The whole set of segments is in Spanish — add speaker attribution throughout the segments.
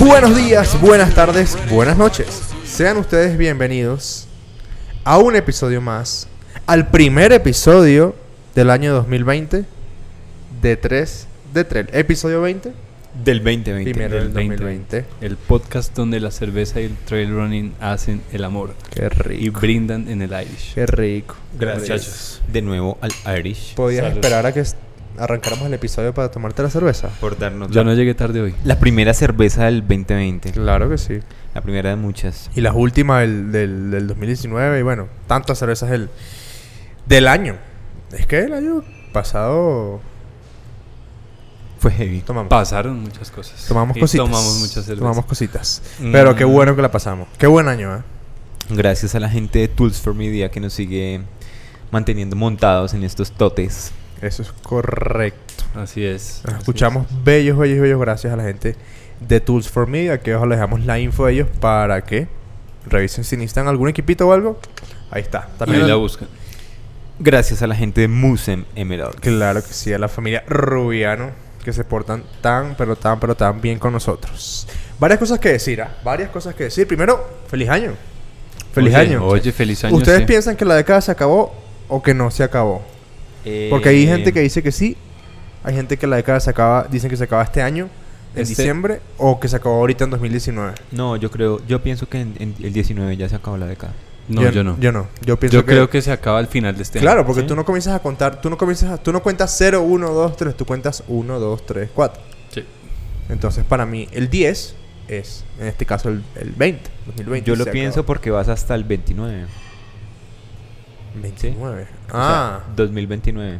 Speaker 1: Buenos días, buenas tardes, buenas noches. Sean ustedes bienvenidos a un episodio más, al primer episodio del año 2020 de 3 de 3. Episodio 20,
Speaker 2: Del 2020.
Speaker 1: primero del
Speaker 3: del 2020.
Speaker 1: 2020.
Speaker 3: El podcast donde la cerveza y el trail running hacen el amor
Speaker 1: Qué
Speaker 3: y
Speaker 1: rico.
Speaker 3: brindan en el Irish.
Speaker 1: Qué rico.
Speaker 4: Gracias.
Speaker 2: De nuevo al Irish
Speaker 1: ¿Podías
Speaker 4: Salud.
Speaker 1: esperar a que s- arrancáramos el episodio para tomarte la cerveza?
Speaker 2: por darnos
Speaker 3: Yo
Speaker 2: la,
Speaker 3: no llegué tarde hoy.
Speaker 2: la primera cerveza del 2020.
Speaker 1: Claro que sí.
Speaker 2: La primera de muchas.
Speaker 1: Y las últimas del, del, del 2019 y bueno, tantas cervezas del, del año. Es que el año pasado
Speaker 2: Fue heavy.
Speaker 1: tomamos.
Speaker 3: Pasaron muchas cosas.
Speaker 1: Tomamos
Speaker 3: Y
Speaker 1: cositas.
Speaker 3: Tomamos muchas cervezas.
Speaker 1: Tomamos cositas.
Speaker 2: Mm.
Speaker 1: Pero qué bueno que la pasamos. Qué buen año, ¿eh?
Speaker 2: Gracias a la gente de Tools for Media que nos sigue manteniendo montados en estos totes.
Speaker 1: Eso es correcto.
Speaker 3: Así es.
Speaker 1: Nos
Speaker 3: así
Speaker 1: escuchamos bellos, bellos, bellos gracias a la gente de Tools for Me. Aquí abajo les dejamos la info de ellos para que revisen si necesitan algún equipito o algo. Ahí está.
Speaker 3: es. Ahí
Speaker 1: También
Speaker 3: la buscan.
Speaker 2: Gracias a la gente de Musem Emerald.
Speaker 1: Claro que sí, a la familia Rubiano que se portan tan, pero tan, pero tan bien con nosotros. Varias cosas que decir, ¿ah? Varias cosas que decir. Primero, feliz año. Feliz
Speaker 3: Oye,
Speaker 1: año.
Speaker 3: Oye, feliz año.
Speaker 1: ¿Ustedes
Speaker 3: sí.
Speaker 1: piensan que la década se acabó o que no se acabó? Porque hay gente que dice que sí, hay gente que la década se acaba, dicen que se acaba este año, en
Speaker 3: Este-
Speaker 1: diciembre, o que se acabó ahorita en 2019.
Speaker 2: No, yo creo, yo pienso que en, en el 19 ya se acabó la década.
Speaker 3: No, yo, no. Yo,
Speaker 1: Yo no. Yo pienso que,
Speaker 3: creo que se acaba al final de este
Speaker 1: Claro,
Speaker 3: año.
Speaker 1: porque
Speaker 2: Sí.
Speaker 1: tú no comienzas a contar, tú no comienzas, a- tú no cuentas 0, 1, 2, 3, tú cuentas 1, 2, 3, 4.
Speaker 3: Sí.
Speaker 1: Entonces, para mí, el 10 es, en este caso, el, el 20, 2020.
Speaker 2: yo lo
Speaker 1: se
Speaker 2: pienso
Speaker 1: acabó.
Speaker 2: porque vas hasta el 29.
Speaker 1: 29.
Speaker 2: O
Speaker 1: ah.
Speaker 2: sea, 2029.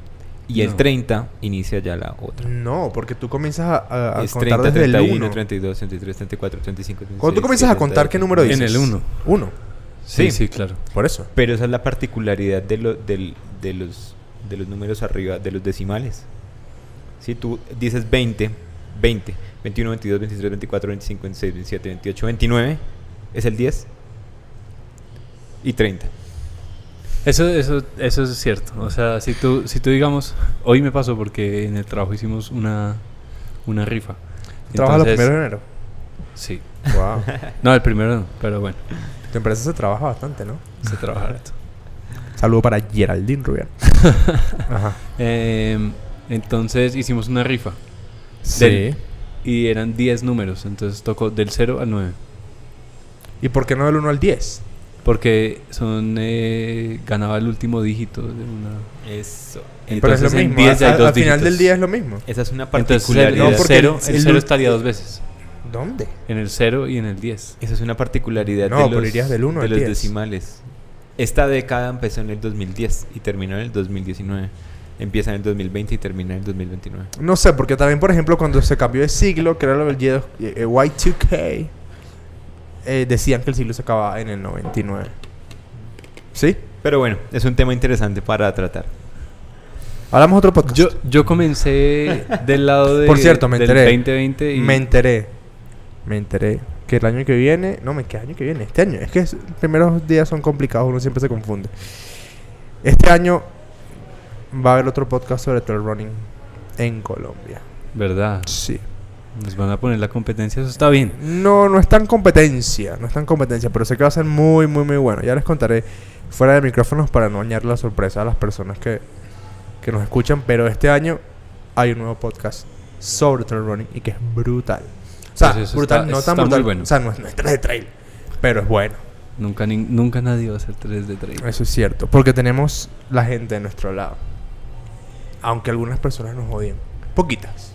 Speaker 2: Y el
Speaker 3: No.
Speaker 2: 30 inicia ya la otra.
Speaker 1: no, porque tú comienzas a, a- a
Speaker 2: Es
Speaker 1: contar
Speaker 2: 30,
Speaker 1: desde
Speaker 2: 31,
Speaker 1: el 1.
Speaker 2: 32, 33, 34, 35, 36.
Speaker 1: Cuando tú comienzas a contar, ¿qué número dices?
Speaker 3: En el 1.
Speaker 1: 1.
Speaker 3: Sí,
Speaker 2: Sí.
Speaker 3: sí, claro.
Speaker 1: Por eso.
Speaker 2: Pero esa es la particularidad de, lo- del- de los, de los números arriba, de los decimales. Si tú dices 20, 20, 21, 22, 23, 24, 25, 26, 27, 28, 29, es el 10 y 30.
Speaker 3: Eso, eso, eso es cierto. O sea, si tú, si tú digamos, hoy me pasó porque en el trabajo hicimos una, una rifa.
Speaker 1: Trabajas los
Speaker 3: Entonces,
Speaker 1: primeros de enero.
Speaker 3: Sí.
Speaker 1: Wow.
Speaker 3: No, el primero no, pero bueno,
Speaker 1: tu empresa se trabaja bastante, ¿no?
Speaker 3: se trabaja harto.
Speaker 1: Saludo para Geraldine Rubiano. Ajá.
Speaker 3: Em, entonces hicimos una rifa
Speaker 1: Sí.
Speaker 3: y eran 10 números, entonces tocó del 0 al 9.
Speaker 1: ¿Y por qué no del 1 al 10?
Speaker 3: Porque son eh, ganaba el último dígito de una.
Speaker 2: Eso.
Speaker 1: Pero es
Speaker 3: Entonces,
Speaker 1: lo
Speaker 3: en
Speaker 1: mismo.
Speaker 3: 10 ya
Speaker 1: al,
Speaker 3: hay dos
Speaker 1: al final
Speaker 3: dígitos.
Speaker 1: del día es lo mismo.
Speaker 2: Esa es una
Speaker 3: Entonces el,
Speaker 2: particularidad.
Speaker 1: No, porque el-
Speaker 3: 0
Speaker 1: el
Speaker 3: el cero
Speaker 1: ul-
Speaker 3: estaría dos veces.
Speaker 1: ¿Dónde?
Speaker 3: En el 0 y en el 10.
Speaker 2: Esa es una particularidad
Speaker 1: No,
Speaker 2: de
Speaker 1: pero
Speaker 2: los,
Speaker 1: irías del uno
Speaker 2: de
Speaker 1: al
Speaker 2: los
Speaker 1: diez.
Speaker 2: decimales. Esta década empezó en el 2010 y terminó en el 2019. Empieza en el 2020 y termina en el 2029.
Speaker 1: No sé, porque también, por ejemplo, cuando se cambió de siglo, que era lo del Y2- eh, Y2K, eh, decían que el siglo se acababa en el 99. ¿Sí?
Speaker 2: Pero bueno, es un tema interesante para tratar.
Speaker 1: Hablamos otro podcast.
Speaker 3: Yo, yo comencé del lado de,
Speaker 1: Por cierto, me
Speaker 3: del
Speaker 1: enteré.
Speaker 3: 2020 y
Speaker 1: Me enteré. Me enteré. Que el año que viene. No, me queda año que viene. Este año. Es que es- los primeros días son complicados. Uno siempre se confunde. Este año va a haber otro podcast sobre trail running en Colombia.
Speaker 3: verdad,
Speaker 1: Sí.
Speaker 3: nos van a poner la competencia, eso está bien.
Speaker 1: No, no está en competencia. No está en competencia. Pero sé que va a ser muy, muy, muy bueno. Ya les contaré fuera de micrófonos para no dañar la sorpresa a las personas que, que nos escuchan. Pero este año hay un nuevo podcast sobre trail running y que es brutal. O sea,
Speaker 3: Pues eso
Speaker 1: brutal,
Speaker 3: está-
Speaker 1: no
Speaker 3: eso
Speaker 1: tan
Speaker 3: está muy
Speaker 1: brutal.
Speaker 3: bueno.
Speaker 1: O sea, no es, no es trail de trail. Pero es bueno.
Speaker 3: Nunca nin- nunca nadie va a hacer 3 de 3.
Speaker 1: Eso es cierto. Porque tenemos la gente de nuestro lado. Aunque algunas personas nos odien. Poquitas.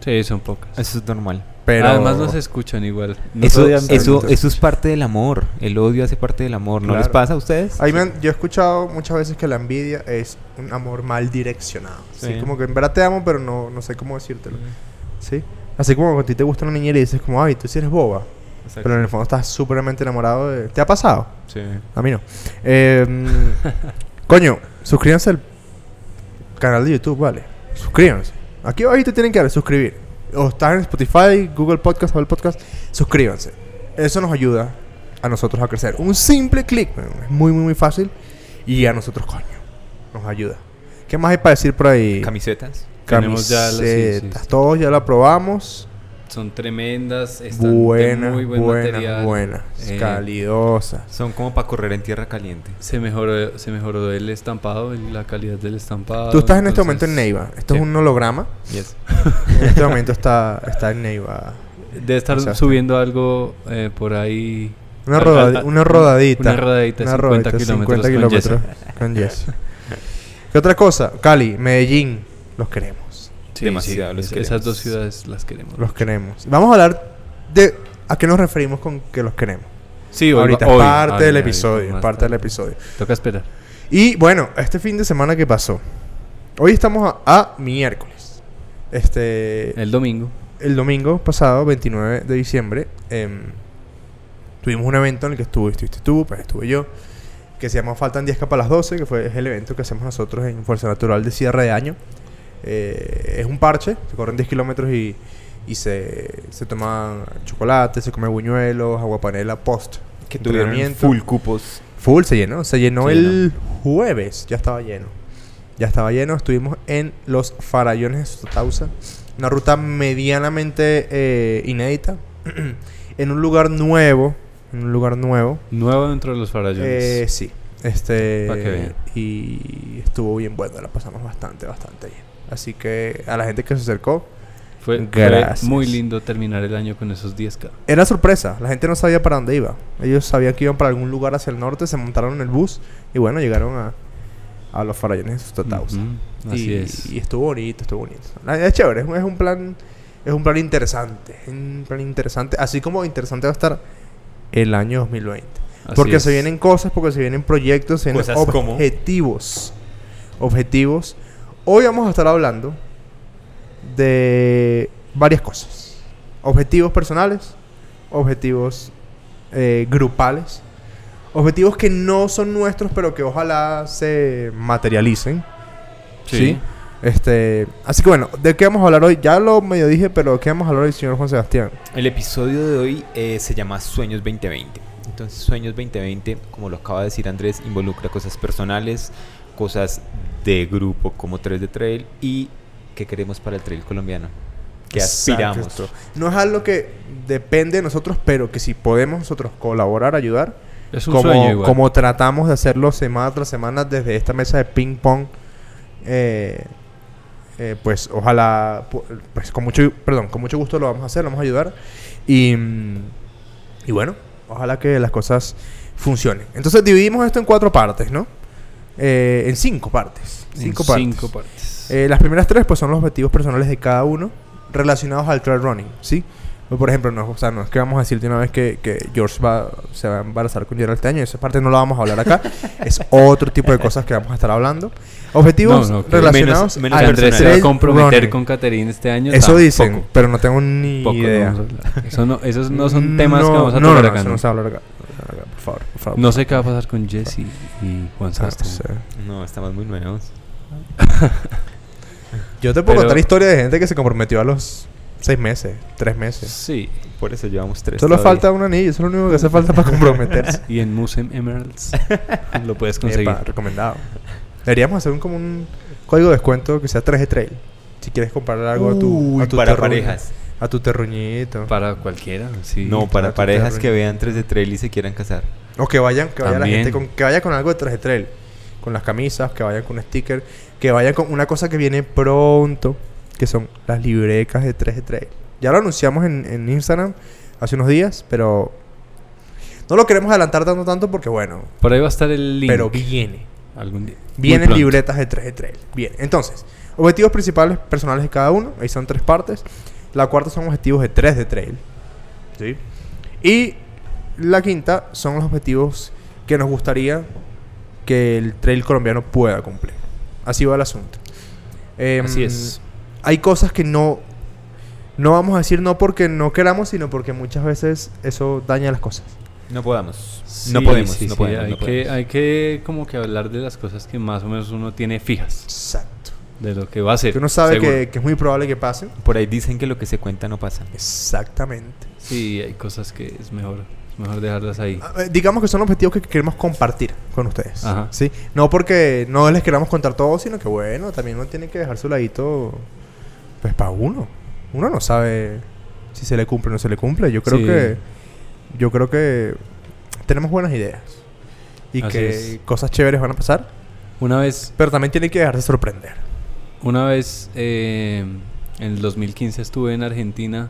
Speaker 3: Sí, son pocas.
Speaker 2: Eso es normal.
Speaker 1: Pero
Speaker 3: Además nos escuchan igual. No
Speaker 2: Eso,
Speaker 3: todos-
Speaker 2: eso,
Speaker 1: entonces.
Speaker 2: eso es parte del amor. El odio hace parte del amor. ¿No les
Speaker 1: Claro.
Speaker 2: pasa a ustedes?
Speaker 1: Ahí me han- yo he escuchado muchas veces que la envidia es un amor mal direccionado.
Speaker 2: Sí.
Speaker 1: Así como que en verdad te amo, pero no, no sé cómo decírtelo. ¿Sí? Así como cuando a ti te gusta una niña y le dices como, ay, tú sí eres boba. Pero en el fondo estás supremamente enamorado de... ¿Te ha pasado?
Speaker 2: Sí.
Speaker 1: A mí no. Eh, mm, coño, suscríbanse al canal de YouTube, vale. Suscríbanse. Aquí ahí te tienen que dar suscribir. O estás en Spotify, Google Podcast, Apple Podcast. Suscríbanse. Eso nos ayuda a nosotros a crecer. Un simple clic. weón, Es muy, muy, muy fácil. Y a nosotros, coño. Nos ayuda. ¿Qué más hay para decir por ahí?
Speaker 2: Camisetas.
Speaker 3: Tenemos ya la- sí, sí,
Speaker 1: Camisetas.
Speaker 3: sí.
Speaker 1: Todos ya la probamos.
Speaker 3: son tremendas, están de
Speaker 1: Buena,
Speaker 3: muy buen
Speaker 1: buena,
Speaker 3: material.
Speaker 1: buena.
Speaker 3: Eh,
Speaker 1: Calidosa.
Speaker 2: Son como para correr en tierra caliente.
Speaker 3: Se mejoró, se mejoró el estampado, el- la calidad del estampado.
Speaker 1: Tú estás en este momento en
Speaker 3: entonces-
Speaker 1: Neiva. Esto
Speaker 3: sí.
Speaker 1: es un holograma.
Speaker 2: Yes.
Speaker 1: En este momento está, está en Neiva.
Speaker 3: Debe estar
Speaker 1: Exacto.
Speaker 3: subiendo algo eh, por ahí.
Speaker 1: Una,
Speaker 3: Al-
Speaker 1: roda-
Speaker 3: al-
Speaker 1: una rodadita.
Speaker 3: Una rodadita,
Speaker 1: Una
Speaker 3: 50
Speaker 1: rodadita,
Speaker 3: kilómetros.
Speaker 1: 50
Speaker 3: con yeso.
Speaker 1: kilómetros con yeso. ¿Qué otra cosa? Cali, Medellín. Los queremos.
Speaker 3: Sí,
Speaker 2: Demasiado,
Speaker 3: sí,
Speaker 2: los
Speaker 3: es-
Speaker 2: queremos.
Speaker 3: Esas dos ciudades las queremos.
Speaker 1: Los queremos. Vamos a hablar de a qué nos referimos con que los queremos.
Speaker 3: Sí, hoy-
Speaker 1: Ahorita,
Speaker 3: hoy-
Speaker 1: parte
Speaker 3: ahorita,
Speaker 1: del
Speaker 3: ahorita,
Speaker 1: episodio.
Speaker 3: más
Speaker 1: Parte del
Speaker 3: tarde.
Speaker 1: episodio.
Speaker 3: Toca esperar.
Speaker 1: Y bueno, este fin de semana que pasó. Hoy estamos a, a miércoles. Este.
Speaker 3: El domingo.
Speaker 1: El domingo pasado, 29 de diciembre, em, tuvimos un evento en el que estuvo, estuviste tú, pues estuve yo, que se llama Faltan 10 para las 12, que fue, es el evento que hacemos nosotros en Fuerza Natural de cierre de año. Eh, es un parche, se corren 10 kilómetros y, y se, se toma chocolate, se come buñuelos, agua panela, post.
Speaker 2: Que tuvieron
Speaker 1: Entrenamiento.
Speaker 2: full cupos.
Speaker 1: Full se llenó, se llenó
Speaker 2: Se
Speaker 1: el jueves, ya estaba lleno. Ya estaba lleno, estuvimos en los farallones de Sotausa, una ruta medianamente eh, inédita, en un lugar nuevo, en un lugar nuevo.
Speaker 3: Nuevo dentro de los farallones.
Speaker 1: Eh, sí, este
Speaker 3: Pa' que vean.
Speaker 1: y estuvo bien bueno, la pasamos bastante, bastante bien. Así que a la gente que se acercó,
Speaker 3: fue, fue
Speaker 1: gracias.
Speaker 3: muy lindo terminar el año con esos 10K.
Speaker 1: Era sorpresa, la gente no sabía para dónde iba. Ellos sabían que iban para algún lugar hacia el norte, se montaron en el bus y bueno, llegaron a, a los farallones de Sotausa.
Speaker 3: Ujú, Así
Speaker 1: y,
Speaker 3: es.
Speaker 1: y estuvo bonito, estuvo bonito. La- Es chévere, es un- es un plan, es un plan interesante, es un plan interesante, así como interesante va a estar el año 2020.
Speaker 3: Así
Speaker 1: porque se
Speaker 3: es.
Speaker 1: vienen cosas, porque se vienen proyectos, se vienen
Speaker 2: Cosas como-
Speaker 1: objetivos. Objetivos. Hoy vamos a estar hablando de varias cosas. Objetivos personales, objetivos eh, grupales, objetivos que no son nuestros, pero que ojalá se materialicen.
Speaker 3: Sí.
Speaker 1: Sí. Este, así que bueno, ¿de qué vamos a hablar hoy? Ya lo medio dije, pero ¿de qué vamos a hablar hoy, señor Juan Sebastián?
Speaker 2: El episodio de hoy eh, se llama Sueños 2020. Entonces, Sueños 2020, como lo acaba de decir Andrés, involucra cosas personales, cosas de grupo como 3 de Trail y qué queremos para el trail colombiano. ¿Qué
Speaker 1: Exacto,
Speaker 2: aspiramos?
Speaker 1: esto. No es algo que depende de nosotros, pero que si podemos nosotros colaborar, ayudar,
Speaker 3: Es un sueño
Speaker 1: como,
Speaker 3: igual.
Speaker 1: como tratamos de hacerlo semana tras semana desde esta mesa de ping pong, eh, eh, pues ojalá, pu- pues con mucho, perdón, con mucho gusto lo vamos a hacer, lo vamos a ayudar y, mm, y bueno, ojalá que las cosas funcionen. Entonces dividimos esto en cuatro partes, ¿no? Eh, en cinco partes.
Speaker 3: En
Speaker 1: Cinco partes.
Speaker 3: Cinco partes.
Speaker 1: Eh, las primeras tres pues son los objetivos personales de cada uno relacionados al trail running, ¿sí? Pues, Por ejemplo, no, o sea, no es que vamos a decir de una vez que, que George va, se va a embarazar con Gerald este año. Esa parte no la vamos a hablar acá. es otro tipo de cosas que vamos a estar hablando. Objetivos
Speaker 3: No, no, que
Speaker 1: relacionados
Speaker 2: menos- menos
Speaker 3: Que
Speaker 1: al
Speaker 3: Andrés se va a
Speaker 1: trail
Speaker 3: comprometer
Speaker 1: running.
Speaker 3: con Caterine este año.
Speaker 1: Eso
Speaker 3: tampoco,
Speaker 1: dicen, pero no tengo ni
Speaker 3: poco
Speaker 1: idea. Mm,
Speaker 3: no vamos a hablar. Eso no, esos no son temas
Speaker 1: No,
Speaker 3: que vamos a
Speaker 1: no,
Speaker 3: tocar
Speaker 1: no,
Speaker 3: acá.
Speaker 1: eso
Speaker 3: No,
Speaker 1: no se va a hablar acá. No se va a hablar acá, Por favor, por favor. Ah,
Speaker 3: No sé qué va a pasar con Jesse y Juan
Speaker 1: O sea,
Speaker 3: Sebastián.
Speaker 1: o sea,
Speaker 2: No, estamos muy nuevos.
Speaker 1: Yo te puedo
Speaker 3: Pero-
Speaker 1: contar historias de gente que se comprometió a los seis meses, tres meses.
Speaker 3: Sí.
Speaker 2: Por eso llevamos tres.
Speaker 1: Solo
Speaker 2: todavía.
Speaker 1: falta un anillo, eso es lo único que hace falta para comprometerse.
Speaker 3: Y en Musem Emeralds lo puedes conseguir.
Speaker 1: Epa, recomendado. Deberíamos hacer un, como un código de descuento que sea 3 de trail. Si quieres comprar algo a tu,
Speaker 2: Uy,
Speaker 1: a tu
Speaker 2: para
Speaker 1: terruño-
Speaker 2: parejas.
Speaker 1: A tu terruñito.
Speaker 3: Para cualquiera, sí.
Speaker 2: No, para
Speaker 1: claro, tu
Speaker 2: parejas
Speaker 1: terruño.
Speaker 2: que vean 3 de Trail y se quieran casar.
Speaker 1: o que vayan, que vaya la
Speaker 3: También.
Speaker 1: gente con, que vaya con algo de 3 de trail. Con las camisas, que vayan con un sticker, que vayan con una cosa que viene pronto, que son las librecas de 3 de trail. Ya lo anunciamos en, en Instagram hace unos días, pero no lo queremos adelantar tanto tanto porque bueno,
Speaker 3: Por ahí va a estar el link.
Speaker 1: pero viene.
Speaker 3: algún día. Muy
Speaker 1: Vienen
Speaker 3: pronto.
Speaker 1: libretas de 3 de trail. Bien, entonces, objetivos principales personales de cada uno. Ahí son tres partes. La cuarta son objetivos de 3 de trail. ¿Sí? Y la quinta son los objetivos que nos gustaría que el trail colombiano pueda cumplir. Así va el asunto. Em,
Speaker 3: Así es.
Speaker 1: Hay cosas que no. No vamos a decir no porque no queramos, sino porque muchas veces eso daña las cosas.
Speaker 2: No podamos.
Speaker 3: Sí,
Speaker 1: Mm,
Speaker 2: no podemos.
Speaker 3: sí,
Speaker 2: no
Speaker 3: sí,
Speaker 2: podemos,
Speaker 3: hay,
Speaker 2: no
Speaker 3: que,
Speaker 2: podemos.
Speaker 3: hay que como que hablar de las cosas que más o menos uno tiene fijas.
Speaker 1: Exacto.
Speaker 3: De lo que va a hacer.
Speaker 1: Que uno sabe
Speaker 3: seguro.
Speaker 1: que, que es muy probable que pase.
Speaker 2: Por ahí dicen que lo que se cuenta no pasa.
Speaker 1: Exactamente.
Speaker 3: Sí, hay cosas que es mejor, es mejor dejarlas ahí.
Speaker 1: A ver, Ah, eh, Digamos que son objetivos que queremos compartir con ustedes.
Speaker 3: Ajá.
Speaker 1: ¿sí? No porque no les queramos contar todo, sino que bueno, también uno tiene que dejar su ladito pues para uno. Uno no sabe. O si se le cumple o no se le cumple. Yo creo
Speaker 3: Sí.
Speaker 1: que yo creo que tenemos buenas ideas y
Speaker 3: Así
Speaker 1: que
Speaker 3: es.
Speaker 1: cosas chéveres van a pasar,
Speaker 3: Una vez,
Speaker 1: pero también tiene que dejarse sorprender.
Speaker 3: una vez eh, en el 2015 estuve en Argentina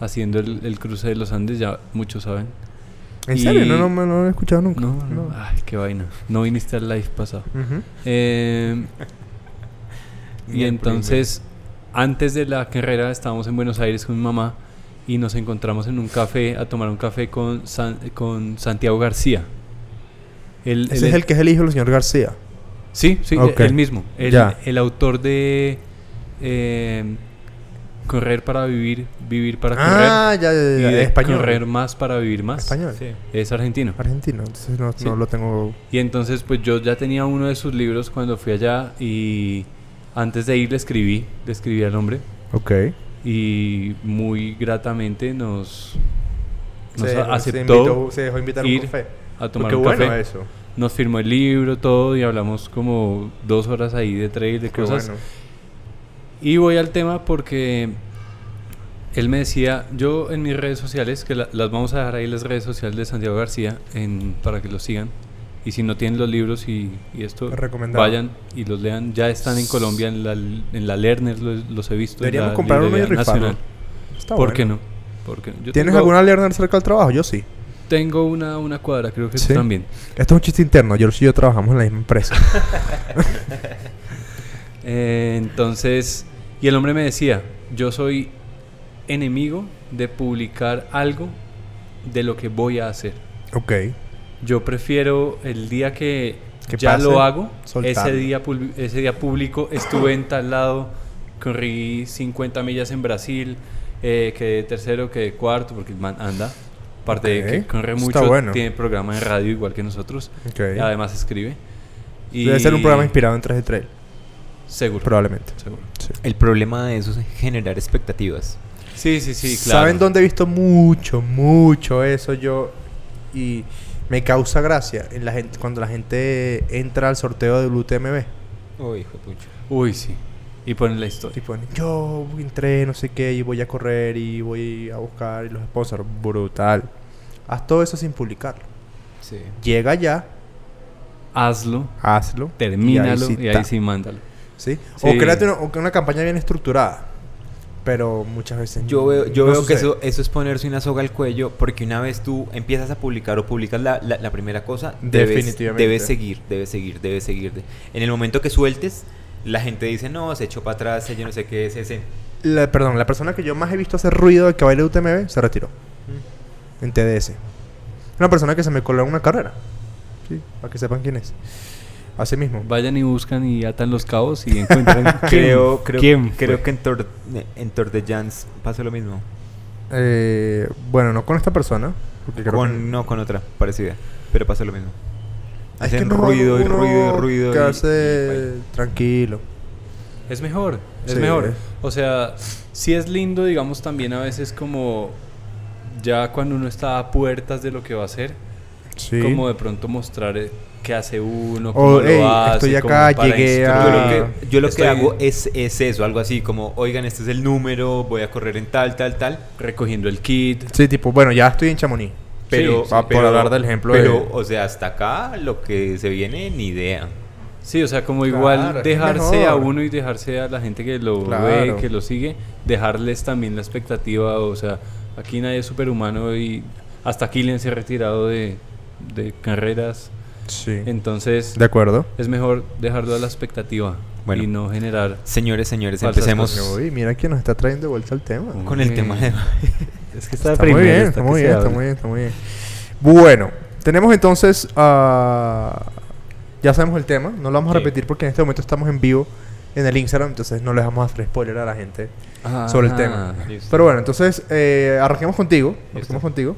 Speaker 3: haciendo el, el cruce de los Andes, ya muchos saben.
Speaker 1: En
Speaker 3: Y-
Speaker 1: serio, no, no, me- no lo he escuchado nunca.
Speaker 3: No, Ah.
Speaker 1: No.
Speaker 3: no, ay, qué vaina. No viniste al live pasado.
Speaker 1: Ujú.
Speaker 3: Eh, y
Speaker 2: Miércoles,
Speaker 3: entonces, antes de la carrera, estábamos en Buenos Aires con mi mamá y nos encontramos en un café a tomar un café con, San- con Santiago García. Él-
Speaker 1: Ese es
Speaker 3: él
Speaker 1: el que es el hijo del señor García.
Speaker 3: Sí, sí,
Speaker 1: Ok.
Speaker 3: el mismo. El,
Speaker 1: Ya.
Speaker 3: el autor de eh, Correr para vivir, vivir para
Speaker 1: Ah, ya, ya,
Speaker 3: correr.
Speaker 1: ya,
Speaker 3: y
Speaker 1: ya,
Speaker 3: de
Speaker 1: español.
Speaker 3: Correr más para vivir más.
Speaker 1: Español.
Speaker 2: Sí.
Speaker 3: Es argentino.
Speaker 1: Argentino, entonces no,
Speaker 3: Sí.
Speaker 1: no lo tengo.
Speaker 3: Y entonces, pues yo ya tenía uno de sus libros cuando fui allá y antes de ir le escribí, le escribí al hombre
Speaker 1: Ok.
Speaker 3: y muy gratamente nos, nos
Speaker 1: Se-
Speaker 3: aceptó
Speaker 1: invitó- se dejó invitar a
Speaker 3: ir
Speaker 1: un café.
Speaker 3: a tomar
Speaker 1: Qué
Speaker 3: un
Speaker 1: bueno
Speaker 3: café.
Speaker 1: eso.
Speaker 3: Nos firmó el libro, todo y hablamos como dos horas ahí de trail, de
Speaker 1: Qué
Speaker 3: cosas.
Speaker 1: bueno.
Speaker 3: Y voy al tema porque él me decía, yo en mis redes sociales, que la- las vamos a dejar ahí las redes sociales de Santiago García en- para que los sigan. Y si no tienen los libros y, y esto,
Speaker 1: Recomendado.
Speaker 3: vayan y los lean. Ya están en Colombia, en la, en la Lerner los, los he visto. en
Speaker 1: Deberíamos
Speaker 3: la
Speaker 1: comprar uno y
Speaker 3: Librería
Speaker 1: rifarlo.
Speaker 3: Nacional.
Speaker 1: Está
Speaker 3: ¿Por
Speaker 1: bueno.
Speaker 3: qué no? ¿Por qué no? Yo
Speaker 1: ¿Tienes
Speaker 3: tengo,
Speaker 1: alguna Lerner cerca del trabajo? Yo sí.
Speaker 3: Tengo una, una cuadra, creo que
Speaker 1: Sí.
Speaker 3: tú también.
Speaker 1: Esto es un chiste interno. George y yo trabajamos en la misma empresa.
Speaker 3: Eh, entonces, y el hombre me decía, yo soy enemigo de publicar algo de lo que voy a hacer.
Speaker 1: ok.
Speaker 3: Yo prefiero el día que,
Speaker 1: Que
Speaker 3: ya
Speaker 1: pase,
Speaker 3: lo hago,
Speaker 1: soltarlo.
Speaker 3: ese día, pul- ese día público, estuve en tal lado, corrí 50 millas en Brasil, eh, quedé tercero, quedé cuarto, porque el man anda. Aparte de
Speaker 1: Ok,
Speaker 3: que corre
Speaker 1: está
Speaker 3: mucho,
Speaker 1: bueno.
Speaker 3: tiene programa de radio igual que nosotros.
Speaker 1: Ok.
Speaker 3: y Además escribe. Y
Speaker 1: Debe ser un programa inspirado en 3 de Trail.
Speaker 3: Seguro.
Speaker 1: Probablemente.
Speaker 3: seguro.
Speaker 1: Sí.
Speaker 2: El problema de eso es generar expectativas.
Speaker 3: Sí, sí, sí, claro.
Speaker 1: ¿Saben dónde he visto mucho, mucho eso yo? Y me causa gracia en la gente, cuando la gente entra al sorteo del UTMB.
Speaker 2: Uy, Oh, hijo de pucha.
Speaker 3: Uy, sí. Y ponen la historia.
Speaker 1: Tipo, yo entré, no sé qué, y voy a correr y voy a buscar y los sponsors. Brutal. Haz todo eso sin publicarlo.
Speaker 2: Sí.
Speaker 1: Llega ya,
Speaker 3: Hazlo,
Speaker 1: hazlo. y ahí
Speaker 3: termínalo y ahí sí,
Speaker 1: ta-
Speaker 3: mándalo.
Speaker 1: ¿Sí? O
Speaker 3: Sí.
Speaker 1: créate una, o que una campaña bien estructurada. Pero muchas veces.
Speaker 2: Yo veo, yo
Speaker 1: no
Speaker 2: veo que
Speaker 1: sucede.
Speaker 2: eso, eso es ponerse una soga al cuello porque una vez tú empiezas a publicar o publicas la, la- la primera cosa, debes,
Speaker 1: Definitivamente.
Speaker 2: debes seguir, debes seguir, debes seguir. De- En el momento que sueltes, la gente dice, no, se echó para atrás, se yo no sé qué es ese.
Speaker 1: La- perdón, la persona que yo más he visto hacer ruido de que baile UTMB se retiró. En TDS. Una persona que se me coló en una carrera. Sí, para que sepan quién es. Así mismo.
Speaker 3: Vayan y buscan y atan los cabos y encuentran quién-
Speaker 2: Creo, creo,
Speaker 3: quién fue.
Speaker 2: creo que en, Tor, en Tour de Jans pasó lo mismo.
Speaker 1: Eh, bueno, no con esta persona. Porque creo
Speaker 2: Con-
Speaker 1: que-
Speaker 2: No con otra, parecida, pero pasó lo mismo.
Speaker 1: Es que
Speaker 2: Hacen
Speaker 1: no,
Speaker 2: ruido y
Speaker 1: uno
Speaker 2: ruido y ruido. y- y
Speaker 1: Quedarse
Speaker 2: baila.
Speaker 1: tranquilo.
Speaker 3: Es mejor, es
Speaker 1: Sí.
Speaker 3: mejor. O sea, sí es lindo, digamos, también a veces como ya cuando uno está a puertas de lo que va a hacer,
Speaker 1: Sí.
Speaker 3: como de pronto mostrar eh, qué hace uno,
Speaker 1: O,
Speaker 3: cómo lo
Speaker 1: "Hey,
Speaker 3: hace,
Speaker 1: estoy
Speaker 3: como
Speaker 1: acá,
Speaker 3: para
Speaker 1: llegué a-
Speaker 2: Yo
Speaker 3: instruir.
Speaker 2: lo que, yo lo que
Speaker 3: Estoy-
Speaker 2: hago es, es eso, algo así como, oigan, este es el número, voy a correr en tal, tal, tal.
Speaker 3: recogiendo el kit.
Speaker 1: Sí, tipo, bueno, ya estoy en Chamonix.
Speaker 2: Pero,
Speaker 1: sí. Ah, por
Speaker 2: pero-
Speaker 1: hablar del ejemplo
Speaker 2: Pero,
Speaker 1: de-
Speaker 2: o sea, hasta acá lo que se viene, ni idea.
Speaker 3: Sí, o sea, como
Speaker 1: Claro,
Speaker 3: igual
Speaker 1: es
Speaker 3: dejarse a
Speaker 1: mejor.
Speaker 3: uno y dejarse a la gente que lo
Speaker 1: Claro.
Speaker 3: ve, que lo sigue, dejarles también la expectativa, o sea, aquí nadie es superhumano y hasta Killian se ha retirado de, de carreras,
Speaker 1: Sí.
Speaker 3: entonces
Speaker 1: De acuerdo.
Speaker 3: es mejor dejarlo a la expectativa
Speaker 2: Bueno.
Speaker 3: y no generar...
Speaker 2: Señores, señores,
Speaker 3: Falsas
Speaker 2: empecemos
Speaker 1: Uy, mira quién nos está trayendo de vuelta el tema.
Speaker 2: con el
Speaker 3: Uy.
Speaker 2: tema de...
Speaker 3: Es que
Speaker 1: Está muy bien, está muy bien, está muy bien, está muy bien. Bueno, tenemos entonces a... Ya sabemos el tema, no lo vamos a
Speaker 2: Sí.
Speaker 1: repetir porque en este momento estamos en vivo en el Instagram, entonces no les vamos a hacer spoiler a la gente
Speaker 3: Ah,
Speaker 1: sobre el tema.
Speaker 2: Listo.
Speaker 1: Pero bueno, entonces eh, arranquemos contigo, arranquemos
Speaker 2: Listo.
Speaker 1: contigo.